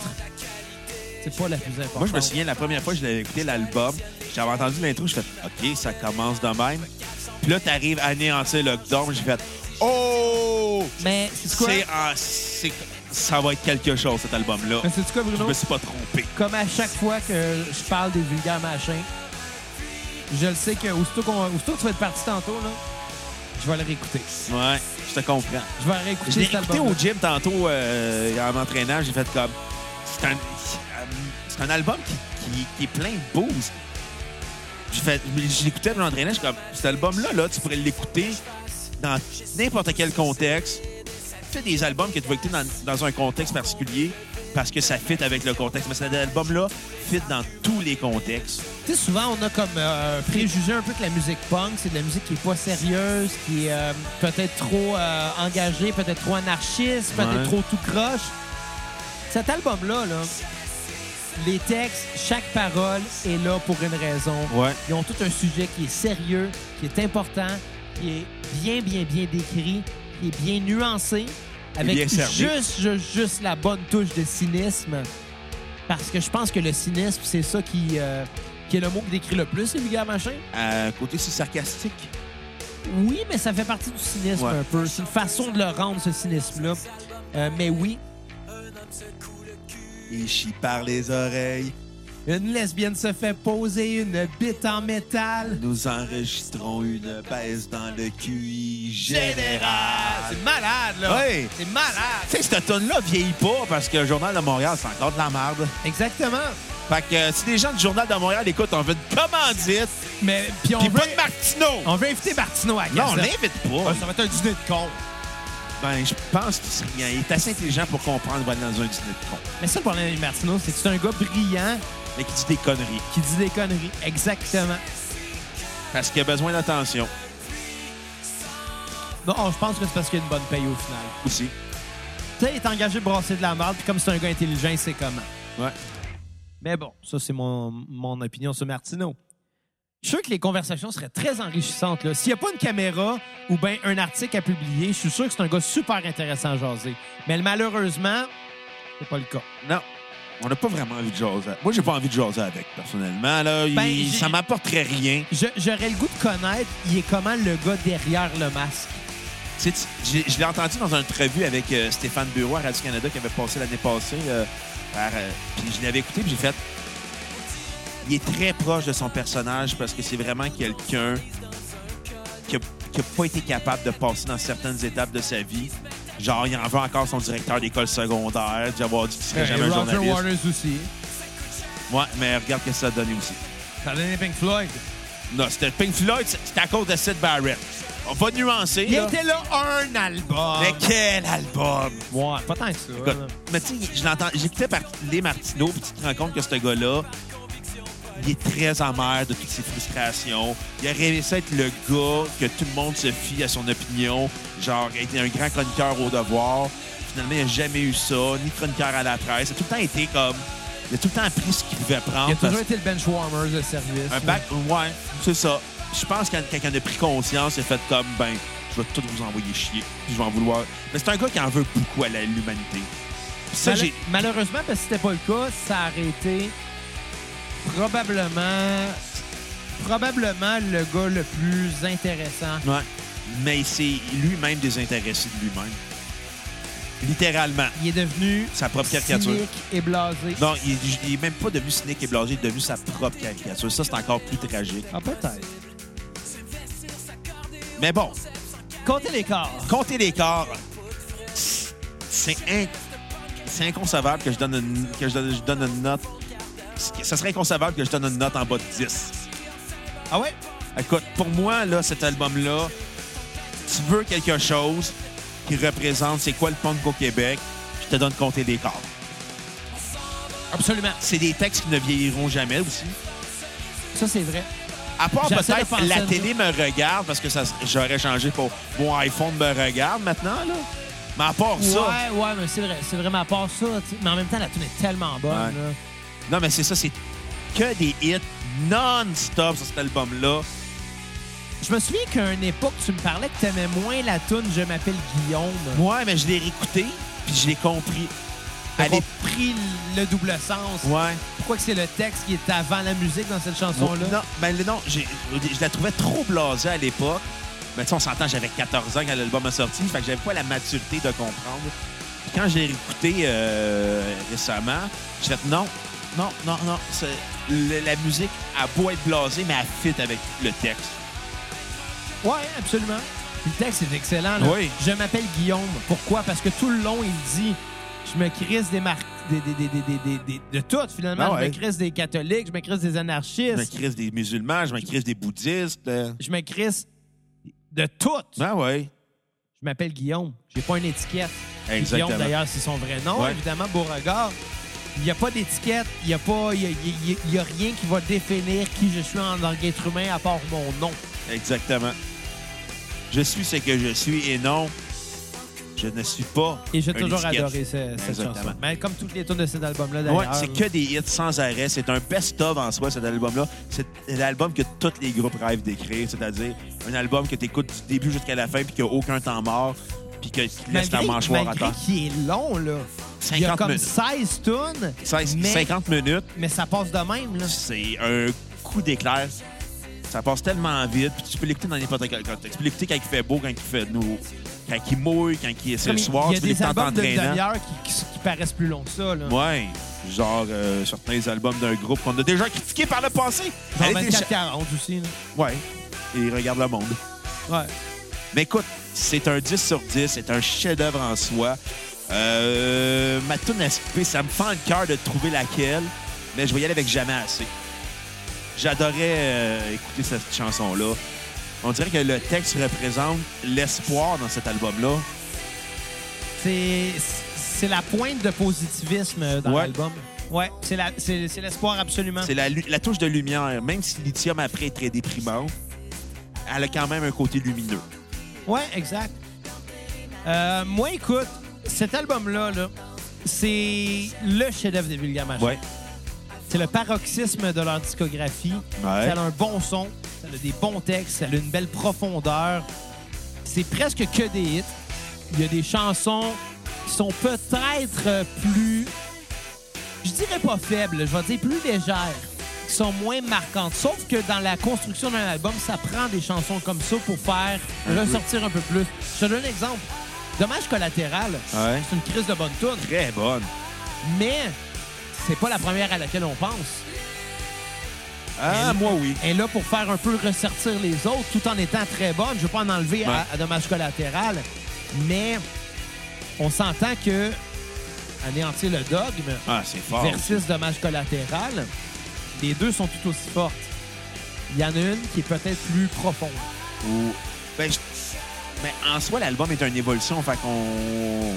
S2: c'est pas la plus importante.
S1: Moi, je me souviens la première fois que je l'avais écouté l'album, j'avais entendu l'intro, je fait OK, ça commence de même. Puis là, t'arrives à anéantir le dôme, j'ai fait Oh!
S2: Mais c'est quoi?
S1: C'est, ah, c'est- ça va être quelque chose, cet album-là.
S2: Mais c'est quoi,
S1: Je
S2: Bruno?
S1: me suis pas trompé.
S2: Comme à chaque fois que je parle des vulgaires machins, je le sais que aussitôt, qu'on- aussitôt que tu vas être parti tantôt, là, je vais le réécouter.
S1: Ouais, je te comprends.
S2: Je vais
S1: Je
S2: réécouter
S1: l'ai
S2: cet
S1: écouté
S2: album.
S1: au gym tantôt euh, en m'entraînant. J'ai fait comme. C'est un, c'est un album qui, qui- qui est plein de booze. J'ai fait, je l'écoutais en m'entraînant. Je suis comme, cet album-là, là, tu pourrais l'écouter dans n'importe quel contexte. Fais des albums que tu vas écouter dans, dans un contexte particulier parce que ça fit avec le contexte. Mais cet album-là fit dans tous les contextes.
S2: Tu sais, souvent, on a comme euh, préjugé un peu que la musique punk, c'est de la musique qui est pas sérieuse, qui est euh, peut-être trop euh, engagée, peut-être trop anarchiste, peut-être
S1: Ouais.
S2: trop tout croche. Cet album-là, là, les textes, chaque parole est là pour une raison.
S1: Ouais.
S2: Ils ont tout un sujet qui est sérieux, qui est important, qui est bien, bien, bien décrit, qui est bien nuancé, avec
S1: bien cerné.
S2: juste, juste, juste la bonne touche de cynisme. Parce que je pense que le cynisme, c'est ça qui, euh, qui est le mot qui décrit le plus les vulgaires machins.
S1: Euh, côté si sarcastique.
S2: Oui, mais ça fait partie du cynisme
S1: Ouais.
S2: un peu. C'est une façon de le rendre, ce cynisme-là. Euh, mais oui,
S1: Il chie par les oreilles.
S2: une lesbienne se fait poser une bite en métal.
S1: Nous enregistrons une baisse dans le QI général.
S2: C'est malade, là!
S1: Ouais.
S2: C'est malade!
S1: Tu sais, cette tonne-là vieillit pas parce que le Journal de Montréal, c'est encore de la merde.
S2: Exactement!
S1: Fait que euh, si les gens du Journal de Montréal écoutent, on veut une commandite,
S2: Mais, puis on
S1: pis
S2: veut-
S1: pas de Martineau.
S2: On veut inviter Martineau à la
S1: Non, on
S2: cassette.
S1: l'invite
S2: Ah,
S1: pas.
S2: Ça va être un dîner de con.
S1: Ben, je pense qu'il serait- il est assez intelligent pour comprendre va dans un dîner de con.
S2: Mais ça, le problème avec Martineau, c'est que c'est un gars brillant
S1: Mais qui dit des conneries.
S2: qui dit des conneries. Exactement.
S1: Parce qu'il a besoin d'attention
S2: Non, je pense que c'est parce qu'il a une bonne paye au final.
S1: aussi.
S2: Tu sais, il est engagé pour brasser de la merde, puis comme c'est un gars intelligent, il sait comment.
S1: Ouais.
S2: Mais bon, ça, c'est mon, mon opinion sur Martineau. Je suis sûr que les conversations seraient très enrichissantes. là. S'il n'y a pas une caméra ou bien un article à publier, je suis sûr que c'est un gars super intéressant à jaser. Mais malheureusement, c'est pas le cas.
S1: Non. On n'a pas vraiment envie de jaser. Moi, j'ai pas envie de jaser avec, personnellement. Là, Il-
S2: Ben, j'ai-
S1: ça m'apporterait rien.
S2: Je- J'aurais le goût de connaître, il est comment le gars derrière le masque.
S1: Tu sais, j'ai- je l'ai entendu dans une entrevue avec euh, Stéphane Bureau à Radio-Canada qui avait passé l'année passée. euh, par, euh, puis je l'avais écouté, puis j'ai fait. Il est très proche de son personnage parce que c'est vraiment quelqu'un qui n'a pas été capable de passer dans certaines étapes de sa vie. Genre, il en veut encore son directeur d'école secondaire, d'avoir dit qu'il serait jamais un
S2: Roger
S1: journaliste.
S2: Waters aussi.
S1: Ouais, mais regarde ce que ça a donné aussi.
S2: Ça donne Pink Floyd.
S1: Non, c'était Pink Floyd, c'était à cause de Sid Barrett. On va nuancer.
S2: Il
S1: là.
S2: était là un album.
S1: Mais quel album!
S2: Ouais, pas tant que ça.
S1: Écoute,
S2: là.
S1: mais tu sais, je l'entends. J'écoutais par les Martineau, puis tu te rends compte que ce gars-là, il est très amer de toutes ses frustrations. Il a rêvé ça être le gars que tout le monde se fie à son opinion, genre être un grand chroniqueur au devoir. Finalement, il n'a jamais eu ça, ni chroniqueur à la presse. Il a tout le temps été comme. Il a tout le temps pris ce qu'il pouvait prendre.
S2: Il a
S1: parce-
S2: toujours été le benchwarmer de service.
S1: un bac, ouais, c'est ça. Je pense que quand quelqu'un a pris conscience, il a fait comme, ben, je vais tout vous envoyer chier, puis je vais en vouloir. Mais c'est un gars qui en veut beaucoup à la- l'humanité. Puis Ça,
S2: Mal-
S1: j'ai.
S2: Malheureusement, parce que c'était pas le cas, ça aurait été probablement probablement le gars le plus intéressant.
S1: Ouais. Mais c'est lui-même désintéressé de lui-même. Littéralement.
S2: Il est devenu
S1: Sa propre caricature.
S2: cynique et blasé.
S1: Non, il, il est même pas devenu cynique et blasé, il est devenu sa propre caricature. Ça, c'est encore plus tragique.
S2: Ah, peut-être.
S1: Mais bon,
S2: Comptez l'écart.
S1: compter les corps, c'est in- c'est inconcevable que je donne une, que je donne, je donne une note. Ça serait inconcevable que je donne une note en bas de 10.
S2: Ah ouais?
S1: Écoute, pour moi, là, cet album-là, tu veux quelque chose qui représente c'est quoi le punk au Québec, je te donne compter des corps.
S2: Absolument.
S1: C'est des textes qui ne vieilliront jamais aussi.
S2: Ça, c'est vrai.
S1: À part
S2: J'essaie de
S1: peut-être
S2: penser à
S1: la
S2: ça.
S1: télé me regarde parce que ça, j'aurais changé pour mon iPhone me regarde maintenant, là. Mais à part ça.
S2: Ouais, ouais, mais c'est vrai. C'est vraiment à part ça. tu sais. Mais en même temps, la tune est tellement bonne.
S1: Ouais.
S2: là.
S1: Non, mais c'est ça, c'est que des hits non-stop sur cet album-là.
S2: Je me souviens qu'à une époque, tu me parlais que t'aimais moins la tune Je m'appelle Guillaume.
S1: Ouais, mais je l'ai réécouté, puis je l'ai compris.
S2: Elle
S1: Elle
S2: a
S1: est...
S2: pris le double sens.
S1: Ouais.
S2: Pourquoi que c'est le texte qui est avant la musique dans cette chanson-là?
S1: Non, ben, le- non j'ai- je la trouvais trop blasée à l'époque. Mais tu sais, on s'entend, j'avais 14 ans quand l'album a sorti, fait que j'avais pas la maturité de comprendre. Puis quand je l'ai réécouté euh, récemment, j'ai fait non, non, non, non. c'est- le- la musique a beau être blasée, mais elle fit avec le texte.
S2: Ouais, absolument. Puis Le texte est excellent. là.
S1: Oui.
S2: Je m'appelle Guillaume. Pourquoi? Parce que tout le long, il dit Je me crisse des marques. Des, des, des, des, des, des- des- de tout, finalement.
S1: Ah
S2: Je
S1: ouais.
S2: me crisse des catholiques, je me crisse des
S1: Je me
S2: anarchistes,
S1: crise des musulmans, je me crise des bouddhistes. euh.
S2: je me crisse de tout.
S1: Ah ouais.
S2: Je m'appelle Guillaume. J'ai pas une étiquette. Puis
S1: Exactement.
S2: Guillaume, d'ailleurs, c'est son vrai nom,
S1: Ouais.
S2: évidemment, Beauregard. Il n'y a pas d'étiquette, il n'y a, pas- il y a, il y a- il y a rien qui va définir qui je suis en tant qu'être humain à part mon nom.
S1: Exactement. Je suis ce que je suis et non, je ne suis pas.
S2: Et j'ai
S1: un
S2: toujours
S1: étiquette.
S2: adoré ce- cette
S1: Exactement.
S2: chanson. Mais comme toutes les tunes de cet album-là, d'ailleurs.
S1: Ouais, c'est que des hits sans arrêt. C'est un best-of en soi, cet album-là. C'est l'album que tous les groupes rêvent d'écrire, c'est-à-dire un album que tu écoutes du début jusqu'à la fin, puis qu'il n'y a aucun temps mort, puis que tu laisses ta
S2: malgré,
S1: mâchoire à
S2: malgré
S1: terre.
S2: qui est long, là. Il y a
S1: 50
S2: comme
S1: minutes.
S2: 16 tunes,
S1: Seize-
S2: mais-
S1: 50 minutes,
S2: mais ça passe de même, là.
S1: c'est un coup d'éclair. Ça passe tellement vite, puis tu peux l'écouter dans n'importe quel contexte. Tu peux l'écouter quand il fait beau, quand il fait nous, quand il mouille, quand il c'est
S2: Comme
S1: le
S2: il-
S1: soir,
S2: il y a
S1: tu peux
S2: des
S1: l'écouter en
S2: albums de
S1: t'entraînant.
S2: demi-heure qui, qui- qui paraissent plus longs que ça, là.
S1: Ouais, genre euh, certains albums d'un groupe qu'on a déjà critiqué par le passé.
S2: Genre
S1: Allez
S2: 24 40 aussi, là.
S1: télécha- Ouais, et regarde le monde.
S2: Ouais.
S1: Mais écoute, c'est un 10 sur 10, c'est un chef-d'œuvre en soi. Euh, ma toune à skipper, ça me fend le cœur de trouver laquelle, mais je vais y aller avec jamais assez. J'adorais euh, écouter cette chanson-là. On dirait que le texte représente l'espoir dans cet album-là.
S2: C'est c'est la pointe de positivisme dans
S1: Ouais.
S2: l'album. Ouais, c'est la- c'est c'est l'espoir absolument.
S1: C'est la, lu- la touche de lumière. Même si Lithium après est très déprimant, elle a quand même un côté lumineux.
S2: Ouais, exact. Euh, moi, écoute, cet album-là, là, c'est le chef-d'œuvre des Vulgaires Machins. C'est le paroxysme de leur discographie.
S1: Ouais.
S2: Ça a un bon son, ça a des bons textes, ça a une belle profondeur. C'est presque que des hits. Il y a des chansons qui sont peut-être euh, plus je dirais pas faibles, je vais dire plus légères, qui sont moins marquantes. Sauf que dans la construction d'un album, ça prend des chansons comme ça pour faire
S1: Un
S2: ressortir un peu plus. Je te donne un exemple. Dommage collatéral,
S1: Ouais.
S2: c'est une crise de bonne tune,
S1: Très bonne.
S2: mais c'est pas la première à laquelle on pense.
S1: Ah,
S2: Elle-
S1: moi, oui.
S2: Elle est là pour faire un peu ressortir les autres tout en étant très bonne. Je veux pas en enlever
S1: Ouais.
S2: à, à dommage collatéral, mais on s'entend que anéantir le dogme
S1: Ah, c'est fort.
S2: versus dommage collatéral, les deux sont tout aussi fortes. Il y en a une qui est peut-être plus profonde.
S1: Ou- ben, je- ben, en soi, l'album est une évolution. Fait qu'on.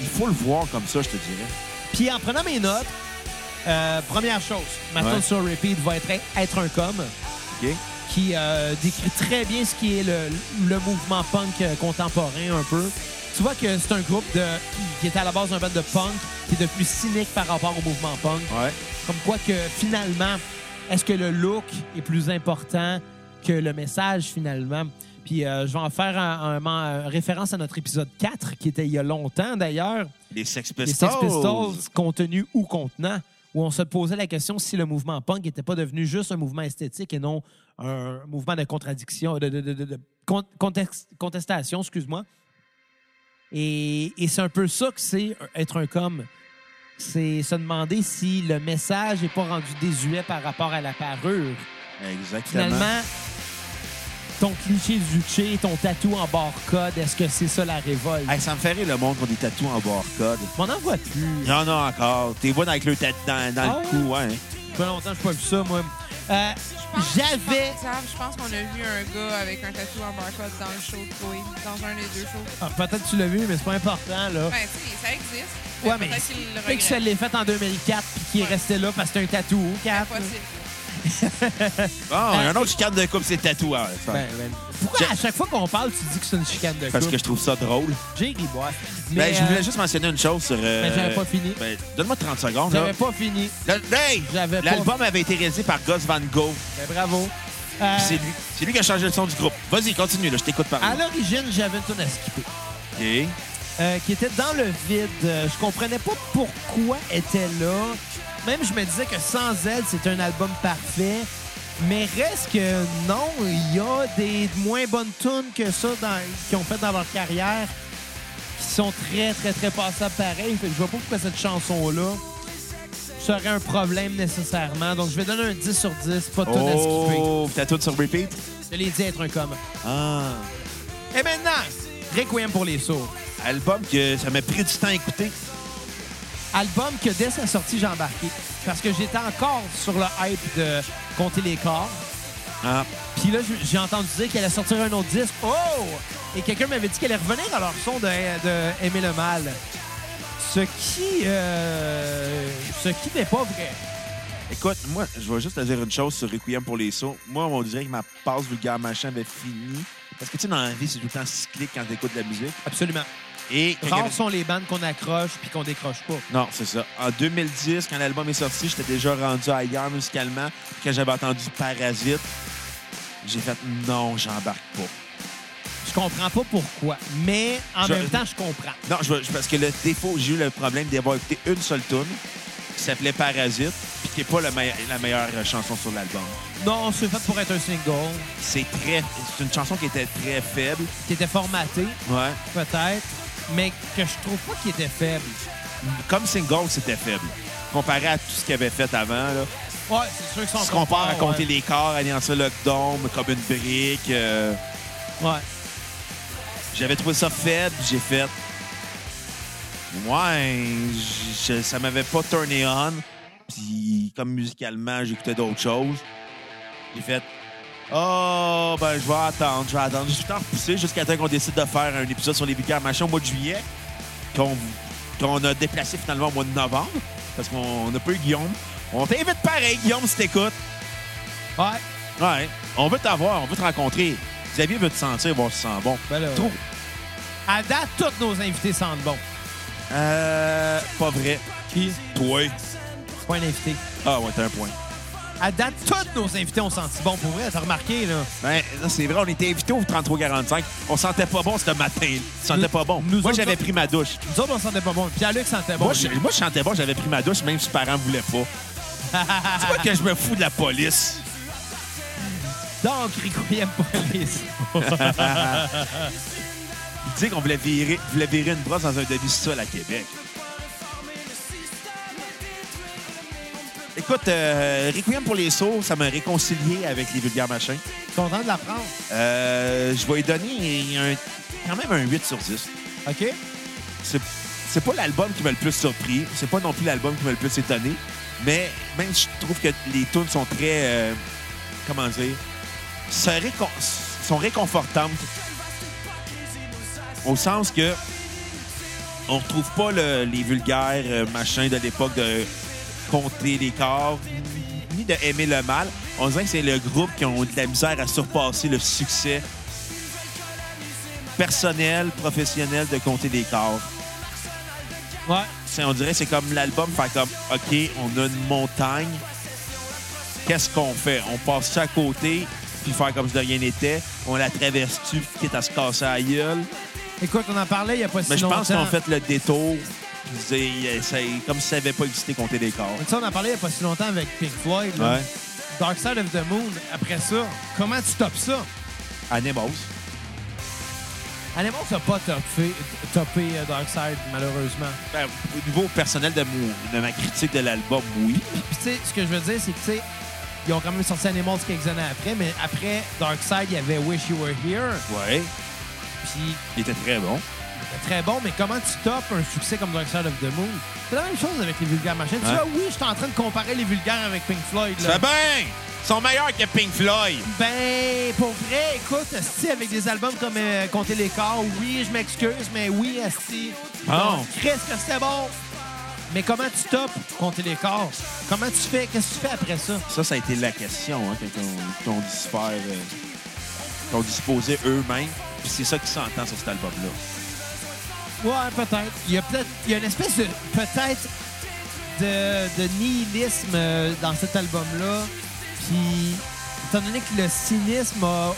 S1: Il faut le voir comme ça, je te dirais.
S2: Puis en prenant mes notes, euh, première chose, ma
S1: Ouais.
S2: tune sur repeat va être être un com.
S1: OK?
S2: qui euh, décrit très bien ce qui est le, le mouvement punk euh, contemporain un peu. Tu vois que c'est un groupe de, qui est à la base d'un band de punk qui est de plus cynique par rapport au mouvement punk.
S1: Ouais.
S2: Comme quoi que finalement, est-ce que le look est plus important que le message finalement? Puis euh, je vais en faire un, un- un- référence à notre épisode 4 qui était il y a longtemps d'ailleurs
S1: Les Sex
S2: les
S1: Pistols.
S2: Sex Pistols, contenu ou contenant, où on se posait la question si le mouvement punk n'était pas devenu juste un mouvement esthétique et non un mouvement de contradiction, de, de- de- de- de con- contexte- contestation, excuse-moi. Et, et c'est un peu ça que c'est être un com. C'est se demander si le message n'est pas rendu désuet par rapport à la parure.
S1: Exactement.
S2: Finalement, ton cliché du ché, ton tatou en barcode, est-ce que c'est ça la révolte?
S1: Hey, ça me ferait le monde qui ont des tatous en barcode.
S2: On n'en voit plus.
S1: Il y en a encore. T'es bon avec le tête dans, dans
S2: Ah
S1: le cou, hein. ouais.
S2: Ça fait longtemps que je pas vu ça, moi. Euh,
S3: Je pense-
S2: J'avais-
S3: Je pense, je pense qu'on a vu un gars avec un tatou en barcode dans le show de Chloé, dans un des deux shows.
S2: ah, peut-être que tu l'as vu, mais c'est pas important, là.
S3: Ben, tu sais, ça existe.
S2: Ouais, mais
S3: Peut-être qu'il le
S2: Fait que je
S3: regrette.
S2: l'ai fait en 2004 puis qu'il est
S3: Ouais.
S2: resté là parce que c'est un tatou. Cap.
S3: Impossible.
S1: Bon, Ah, il y en a un autre qui garde de coupe ses tatous. hein, ça.
S2: Ben, ben, pourquoi
S1: Je-
S2: à chaque fois qu'on parle, tu dis que c'est une chicane de
S1: parce
S2: couple?
S1: que je trouve ça drôle.
S2: J'ai ri, boire.
S1: Ben,
S2: Mais,
S1: je voulais
S2: euh,
S1: juste mentionner une chose sur. euh,
S2: mais j'avais pas fini.
S1: ben, donne-moi 30 secondes, là.
S2: J'avais pas fini.
S1: Le- hey!
S2: J'avais pas-
S1: L'album avait été réalisé par Gus Van Gogh.
S2: Ben, bravo. Euh,
S1: Puis C'est lui, c'est lui qui a changé le son du groupe. Vas-y, continue, là, je t'écoute parler.
S2: à l'origine, j'avais une tonne à skipper.
S1: OK.
S2: euh, qui était dans le vide. Euh, je comprenais pas pourquoi elle était là. Même je me disais que sans elle, c'est un album parfait. Mais reste que non, il y a des moins bonnes tunes que ça dans, qui ont fait dans leur carrière qui sont très, très, très passables pareil. Fait que je vois pas pourquoi cette chanson-là serait un problème nécessairement. Donc je vais donner un 10 sur 10, pas de tonne à skipper.
S1: Oh, t'as tout sur repeat?
S2: Je l'ai dit être un com.
S1: Ah.
S2: Et maintenant, Requiem pour les sourds.
S1: Album que ça m'a pris du temps à écouter.
S2: Album que dès sa sortie, j'ai embarqué. Parce que j'étais encore sur le hype de compter les corps.
S1: Ah.
S2: Puis là, j'ai- j'ai entendu dire qu'elle allait sortir un autre disque. Oh! Et quelqu'un m'avait dit qu'elle allait revenir à leur son de, de Aimer le mal. Ce qui. euh, ce qui n'est pas vrai.
S1: Écoute, moi, je vais juste te dire une chose sur Requiem pour les sauts. Moi, on dirait que ma passe vulgaire machin avait fini. Parce que, tu sais, dans la vie, c'est tout le temps cyclique quand t'écoutes de la musique.
S2: Absolument.
S1: Et.
S2: Rares sont les bandes qu'on accroche puis qu'on décroche pas.
S1: Non, c'est ça. En 2010, quand l'album est sorti, j'étais déjà rendu ailleurs musicalement. Quand j'avais entendu Parasite, j'ai fait non, j'embarque pas.
S2: Je comprends pas pourquoi, mais en
S1: Je-
S2: même temps, je comprends.
S1: Non, je, veux- je- parce que le défaut, j'ai eu le problème d'avoir écouté une seule tune qui s'appelait Parasite, puis qui n'est pas le meille- la meilleure euh, chanson sur l'album.
S2: Non, c'est fait pour être un single,
S1: C'est très, c'est une chanson qui était très faible.
S2: qui était formaté,
S1: Ouais.
S2: peut-être, mais que je trouve pas qu'il était faible.
S1: Comme single, c'était faible. Comparé à tout ce qu'il avait fait avant, là.
S2: Ouais, c'est sûr qu'ils sont
S1: Si on compare à
S2: ouais.
S1: compter les corps, anéantir le dôme comme une brique. euh,
S2: Ouais.
S1: J'avais trouvé ça faible, j'ai fait. Ouais, je- ça m'avait pas turné on. Puis, comme musicalement, j'écoutais d'autres choses. J'ai fait. Oh, ben, je vais attendre, je vais attendre. J'ai tout le temps repoussé jusqu'à temps qu'on décide de faire un épisode sur les bigards machin au mois de juillet, qu'on qu'on a déplacé finalement au mois de novembre, parce qu'on n'a pas eu Guillaume. On t'invite pareil, Guillaume, si t'écoutes.
S2: Ouais.
S1: Ouais, on veut t'avoir, on veut te rencontrer. Xavier veut te sentir, bon, tu sens bon.
S2: Ben là,
S1: Trop.
S2: À date, tous nos invités sentent bon.
S1: Euh. Pas vrai.
S2: Qui?
S1: Toi.
S2: Pas un invité.
S1: Ah ouais, t'as un point.
S2: À date, tous nos invités ont senti bon pour vrai. T'as remarqué, là?
S1: Ben, non, c'est vrai, on était invités au 33-45. On sentait pas bon ce matin. On sentait pas bon.
S2: Nous
S1: moi,
S2: autres,
S1: j'avais
S2: ça-
S1: pris ma douche.
S2: Nous autres, on sentait pas bon. Pierre-Luc sentait bon.
S1: moi, je, moi, je sentais bon, j'avais pris ma douche, même si mes parents voulaient pas.
S2: Ah.
S1: c'est pas que je me fous de la police.
S2: Donc, Ricoyem Police.
S1: Tu sais qu'on voulait virer, voulait virer une brosse dans un demi-sol à Québec. Écoute, euh, Requiem pour les sauts, ça m'a réconcilié avec les vulgaires machins.
S2: Content de l'apprendre.
S1: Euh, je vais lui donner un- quand même un 8 sur 10.
S2: OK?
S1: c'est c'est pas l'album qui m'a le plus surpris, c'est pas non plus l'album qui m'a le plus étonné, mais même si je trouve que les tunes sont très euh, comment dire, se récon- sont réconfortantes au sens que on retrouve pas le- les vulgaires euh, machins de l'époque de compter les corps ni de aimer le mal. On dirait que c'est le groupe qui ont de la misère à surpasser le succès personnel, professionnel de compter les corps.
S2: Ouais.
S1: C'est- on dirait que c'est comme l'album faire comme OK, on a une montagne. Qu'est-ce qu'on fait? On passe ça à côté, puis faire comme si de rien n'était. On la traverse-tu, quitte à se casser à gueule.
S2: Écoute, on en parlait il n'y a pas
S1: Mais
S2: si
S1: je
S2: longtemps.
S1: pense qu'on fait le détour. puis c'est- c'est comme si ça n'avait pas existé compter des corps.
S2: Ça, on en parlait il n'y a pas si longtemps avec Pink Floyd. là.
S1: Ouais.
S2: Dark Side of the Moon, après ça, comment tu topes ça?
S1: Animals.
S2: Animals n'a pas topé, topé euh, Dark Side, malheureusement.
S1: Ben, au niveau personnel de, mon- de ma critique de l'album, oui.
S2: Puis, tu sais, ce que je veux dire, c'est que, tu sais, ils ont quand même sorti Animals quelques années après, mais après Dark Side, il y avait Wish You Were Here,
S1: Ouais.
S2: puis
S1: Il était très bon.
S2: c'était très bon, mais comment tu topes un succès comme Dark Side of the Moon? C'est la même chose avec les vulgaires machines. Tu
S1: Ouais.
S2: vois, oui, je suis en train de comparer les vulgaires avec Pink Floyd.
S1: Ça
S2: Là.
S1: fait bien! Ils sont meilleurs que Pink Floyd.
S2: Ben, pour vrai, écoute, si avec des albums comme euh, Compter les corps, oui, je m'excuse, mais oui, Asti.
S1: Bon.
S2: Presque, c'était bon. Mais comment tu topes Compter les corps? Comment tu fais? Qu'est-ce que tu fais après ça?
S1: Ça, ça a été la question hein, que- qu'on qu'on dû se faire, euh, qu'on dû se poser euh, eux-mêmes. Puis c'est ça qui s'entend sur cet album-là.
S2: Ouais, peut-être. Il y a peut-être il y a une espèce de peut-être de, de nihilisme euh, dans cet album-là. Puis étant donné que le cynisme a, a- a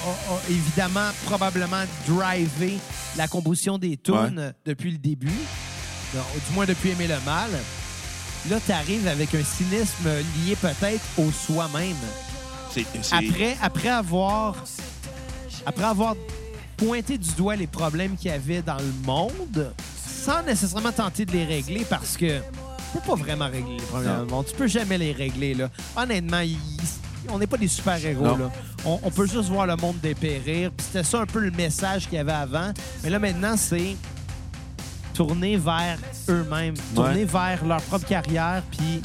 S2: évidemment probablement drivé la composition des tunes depuis le début, non, du moins depuis Aimer le mal, là tu arrives avec un cynisme lié peut-être au soi-même.
S1: C'est- c'est-
S2: Après après avoir après avoir pointé du doigt les problèmes qu'il y avait dans le monde sans nécessairement tenter de les régler parce que tu peux pas vraiment régler les problèmes
S1: Non.
S2: dans le monde. Tu peux jamais les régler. Là. Honnêtement, il- il- on n'est pas des super-héros.
S1: Non.
S2: là. On, on peut juste voir le monde dépérir. Puis C'était ça un peu le message qu'il y avait avant. Mais là, maintenant, c'est tourner vers eux-mêmes, tourner vers leur propre carrière. Puis,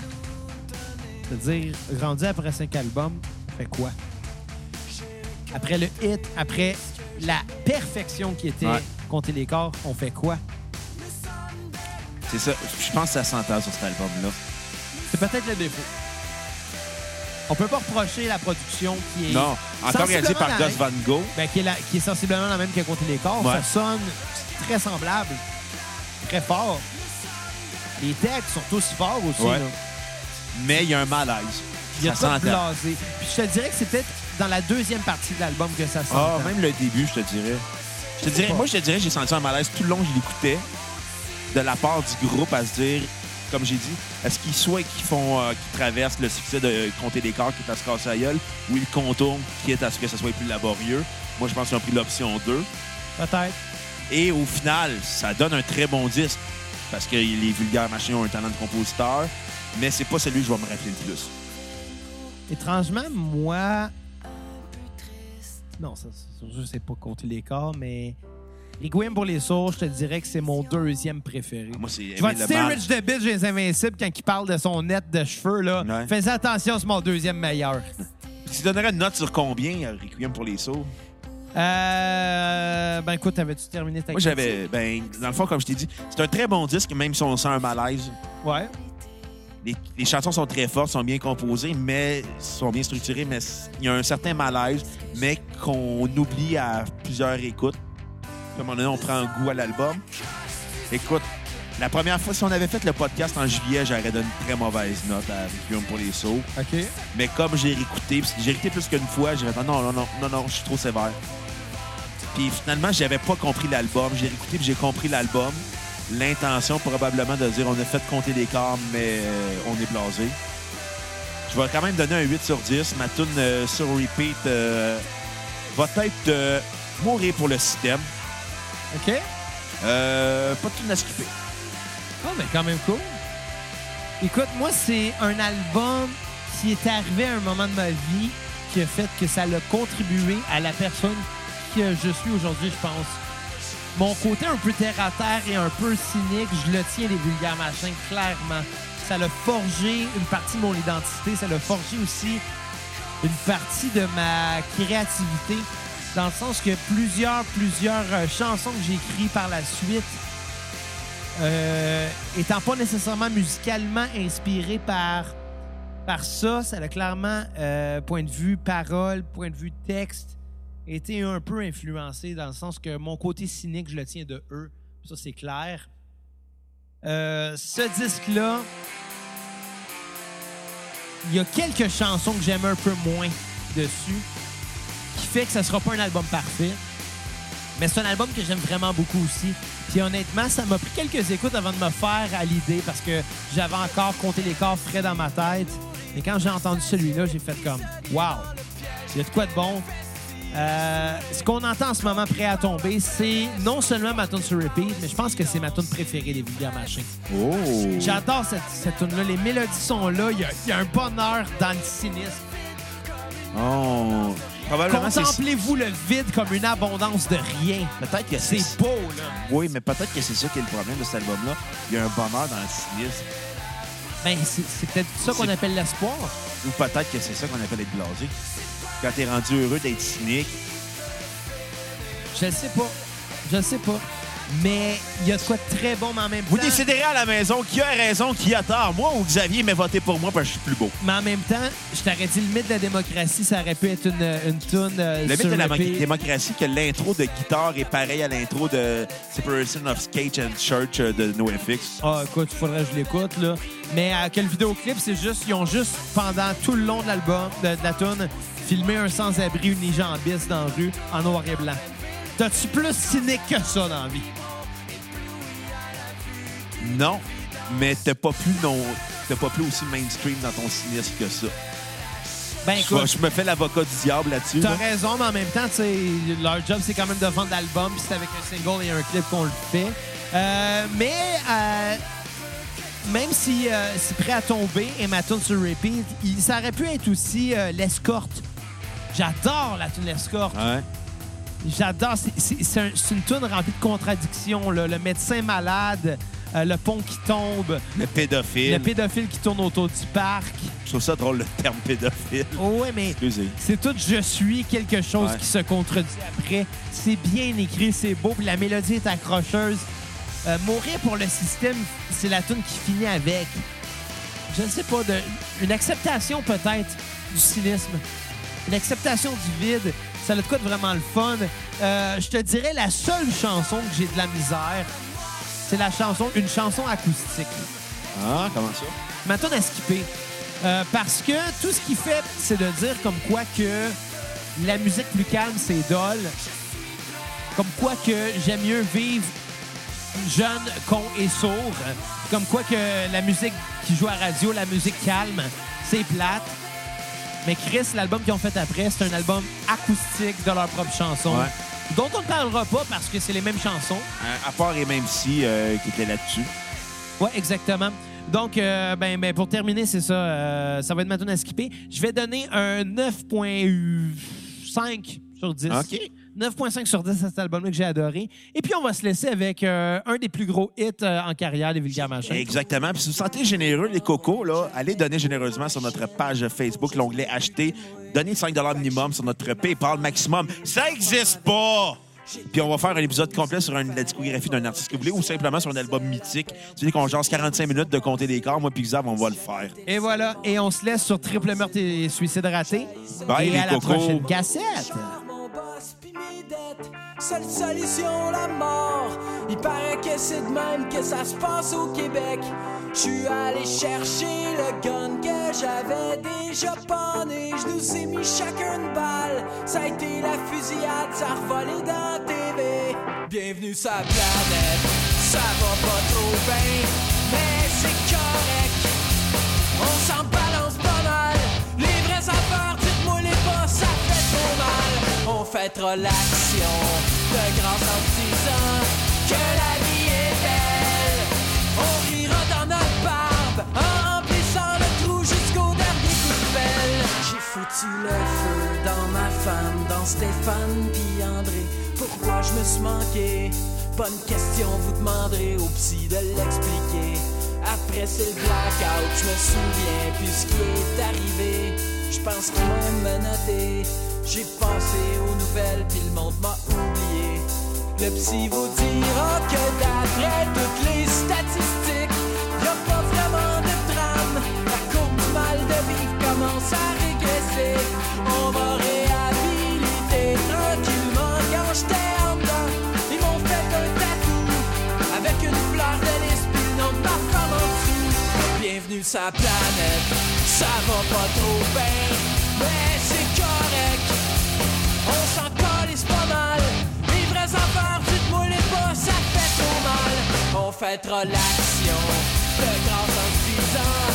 S2: c'est-à-dire, rendu après cinq albums, fait quoi? Après le hit, après la perfection qui était
S1: Ouais.
S2: compter les corps, on fait quoi?
S1: C'est ça. Je pense que ça s'entend sur cet album-là.
S2: C'est peut-être le défaut. On peut pas reprocher la production qui est.
S1: Non, encore réalisé par
S2: sensiblement
S1: Gus Van Gogh.
S2: la- ben, qui, est la- qui est sensiblement la même que compter les corps.
S1: Ouais.
S2: Ça sonne très semblable, très fort. Les textes sont aussi forts aussi.
S1: Ouais.
S2: là.
S1: Mais il y a un malaise.
S2: Il y a
S1: ça
S2: ça
S1: s'entend.
S2: blasé. Puis je te dirais que c'est peut-être dans la deuxième partie de l'album que ça
S1: Ah,
S2: s'entend.
S1: même le début, je te dirais. Je te dirais,
S2: pas.
S1: moi, je te dirais, j'ai senti un malaise tout le long que je l'écoutais de la part du groupe à se dire, comme j'ai dit, est-ce qu'ils soit qu'ils font, euh, qu'ils traversent le succès de euh, compter des corps qui est à se casser la gueule, ou ils le contournent, quitte à ce que ça soit plus laborieux. Moi, je pense qu'ils ont pris l'option 2.
S2: Peut-être.
S1: Et au final, ça donne un très bon disque parce que les vulgaires machins ont un talent de compositeur, mais c'est pas celui que je vais me rappeler le plus.
S2: Étrangement, moi. Non, ça, ça, je sais pas compter les corps, mais. Requiem pour les sourds, je te dirais que c'est mon deuxième préféré.
S1: Moi, c'est
S2: Je vais
S1: Aimer
S2: te
S1: le
S2: dire
S1: mal.
S2: Rich the Bitch les Invincibles quand il parle de son net de cheveux. là.
S1: Ouais.
S2: Fais attention, c'est mon deuxième meilleur.
S1: Tu donnerais une note sur combien, à Requiem pour les sauts?
S2: Euh... Ben écoute, avais-tu terminé ta
S1: Moi, j'avais, ben, dans le fond, comme je t'ai dit, c'est un très bon disque, même si on sent un malaise.
S2: critique? Ouais.
S1: Les, les chansons sont très fortes, sont bien composées, mais sont bien structurées, mais c- il y a un certain malaise, mais qu'on oublie à plusieurs écoutes. Comme on a, on prend goût à l'album. Écoute, La première fois, si on avait fait le podcast en juillet, j'aurais donné une très mauvaise note à Requiem pour les sauts.
S2: OK.
S1: Mais comme j'ai réécouté, parce que j'ai réécouté plus qu'une fois, j'ai fait non, non, non, non, non, je suis trop sévère. Puis finalement, j'avais pas compris l'album. J'ai réécouté puis j'ai compris l'album. L'intention probablement de dire on a fait compter les quarts, mais euh, on est blasé. Je vais quand même donner un 8 sur 10. Ma tune euh, sur repeat euh, va être euh, mourir pour le système.
S2: OK.
S1: Euh, pas de tune à skipper.
S2: Ah, ben quand même cool. Écoute, moi, c'est un album qui est arrivé à un moment de ma vie qui a fait que ça l'a contribué à la personne que je suis aujourd'hui, je pense. Mon côté un peu terre-à-terre et un peu cynique, je le tiens, les vulgaires machins, clairement. Ça l'a forgé une partie de mon identité, ça l'a forgé aussi une partie de ma créativité, dans le sens que plusieurs, plusieurs euh, chansons que j'ai écrites par la suite euh, étant pas nécessairement musicalement inspiré par, par ça, ça a clairement, euh, point de vue parole, point de vue texte, été un peu influencé dans le sens que mon côté cynique, je le tiens de eux. Ça, c'est clair. Euh, ce disque-là, il y a quelques chansons que j'aime un peu moins dessus, qui fait que ça sera pas un album parfait. Mais c'est un album que j'aime vraiment beaucoup aussi. Puis honnêtement, ça m'a pris quelques écoutes avant de me faire à l'idée parce que j'avais encore compté les corps frais dans ma tête. Mais quand j'ai entendu celui-là, j'ai fait comme Wow! Il y a de quoi de bon. Euh, ce qu'on entend en ce moment prêt à tomber, c'est non seulement ma tune sur repeat, mais je pense que c'est ma tune préférée des Vulgaires Machins.
S1: Oh!
S2: J'adore cette, cette tune-là. Les mélodies sont là. Il y, a- il y a un bonheur dans le cynisme.
S1: Oh! Probablement, c'est...
S2: Contemplez-vous le vide comme une abondance de rien.
S1: Peut-être que
S2: C'est beau, là.
S1: Oui, mais peut-être que c'est ça qui est le problème de cet album-là. Il y a un bonheur dans le cynisme.
S2: Ben, c'est c'est peut-être ça qu'on
S1: C'est-
S2: appelle l'espoir.
S1: Ou peut-être que c'est ça qu'on appelle être blasé. Quand t'es rendu heureux d'être cynique,
S2: Je le sais pas. Je le sais pas. Mais il y a de quoi de très bon, mais en même
S1: vous
S2: temps...
S1: déciderez à la maison qui a raison, qui a tort. Moi ou Xavier, mais votez pour moi parce que je suis plus beau.
S2: Mais en même temps, je t'aurais dit le mythe de la démocratie, ça aurait pu être une, une toune euh,
S1: Le mythe
S2: sur
S1: de la
S2: repeat.
S1: ma- démocratie, que l'intro de guitare est pareil à l'intro de Separation of Cage and Church euh, de NoFX.
S2: Ah, écoute, il faudrait que je l'écoute, là. Mais à quel vidéoclip, c'est juste, ils ont juste, pendant tout le long de l'album, de, de la tune, filmé un sans-abri, une nigambiste dans la rue, en noir et blanc. T'as-tu plus cynique que ça dans la vie?
S1: Non, mais t'as pas plus non... T'as pas plus aussi mainstream dans ton cynisme que ça.
S2: Ben,
S1: Je,
S2: écoute,
S1: je me fais l'avocat du diable là-dessus.
S2: t'as
S1: là.
S2: raison, mais en même temps, tu sais, leur job, c'est quand même de vendre l'album, puis c'est avec un single et un clip qu'on le fait. Euh, mais, euh, même si euh, c'est prêt à tomber et ma tune sur repeat, il, ça aurait pu être aussi euh, l'escorte. J'adore la tune l'escorte.
S1: Ouais.
S2: J'adore. C'est- C'est c'est un- c'est une toune remplie de contradictions. là. Le médecin malade, euh, le pont qui tombe,
S1: Le pédophile.
S2: le pédophile qui tourne autour du parc.
S1: Je trouve ça drôle, le terme pédophile.
S2: Oh, ouais, mais
S1: Excusez.
S2: c'est tout je suis quelque chose
S1: Ouais.
S2: qui se contredit après. C'est bien écrit, c'est beau, puis la mélodie est accrocheuse. Euh, Mourir pour le système, c'est la toune qui finit avec. Je ne sais pas, de, une acceptation peut-être du cynisme, une acceptation du vide. Ça a de quoi de vraiment le fun. Euh, je te dirais la seule chanson que j'ai de la misère, c'est la chanson, une chanson acoustique.
S1: Ah, comment ça?
S2: Ma toune à skipper. Euh, parce que tout ce qu'il fait, c'est de dire comme quoi que la musique plus calme, c'est dole. Comme quoi que j'aime mieux vivre jeune, con et sourd. Comme quoi que la musique qui joue à radio, la musique calme, c'est plate. Mais Chris, l'album qu'ils ont fait après, c'est un album acoustique de leurs propres chansons.
S1: Ouais.
S2: Dont on ne parlera pas parce que c'est les mêmes chansons.
S1: Euh, À- À part et même si euh, qui était là-dessus.
S2: Oui, exactement. Donc, euh, ben, ben, pour terminer, c'est ça. euh, ça va être ma toune à skipper. Je vais donner un 9.5 sur 10.
S1: OK.
S2: 9.5 sur 10 à cet album-là que j'ai adoré. Et puis, on va se laisser avec euh, un des plus gros hits euh, en carrière des Vulgaires Machins.
S1: Exactement. Puis si vous sentez généreux, les cocos, là, allez donner généreusement sur notre page Facebook, l'onglet acheter. Donnez 5 minimum sur notre PayPal maximum. Ça existe pas! Puis on va faire un épisode complet sur un- la discographie d'un artiste que vous voulez ou simplement sur un album mythique. Tu sais qu'on jase 45 minutes de compter des corps, moi puis Xav, on va le faire.
S2: Et voilà. Et on se laisse sur Triple Meurtre et Suicide Raté.
S1: Bye,
S2: et
S1: les
S2: à la
S1: cocos.
S2: prochaine cassette.
S4: Charme, mon boss, pis mes dettes. seule solution la mort. Il paraît que c'est de même que ça se passe au Québec. Je suis allé chercher le gun que j'avais déjà pané. Je nous ai mis chacun une balle. Ça a été la fusillade, ça a revolé dans la TV. Bienvenue sa planète, ça va pas trop bien, mais c'est correct. On s'en balance pas mal. Les vrais affaires, dites-moi les pas, ça fait trop mal. On fêtera l'action de grâce en se disant que la vie est belle. On rira dans notre barbe en remplissant le trou jusqu'au dernier coup de pelle. J'ai foutu le feu dans ma femme, dans Stéphane puis André. Pourquoi je me suis manqué? Bonne question, vous demanderez au psy de l'expliquer. Après c'est le blackout, je me souviens plus ce qui est arrivé. Je pense qu'ils m'ont menotté. J'ai pensé aux nouvelles, puis le monde m'a oublié. Le psy vous dira que d'après toutes les statistiques, y'a pas vraiment de drame. La courbe du mal de vivre commence à régresser. On va réhabiliter tranquillement quand j'étais en dedans. Ils m'ont fait un tatou avec une fleur de lys, puis le nom de ma femme en dessous. Bienvenue sa planète, ça va pas trop bien, mais c'est correct. On s'en calisse pas mal. Les vrais affaires, dites-moi les pas, ça fait trop mal. On fêtera l'action de grâce en se disant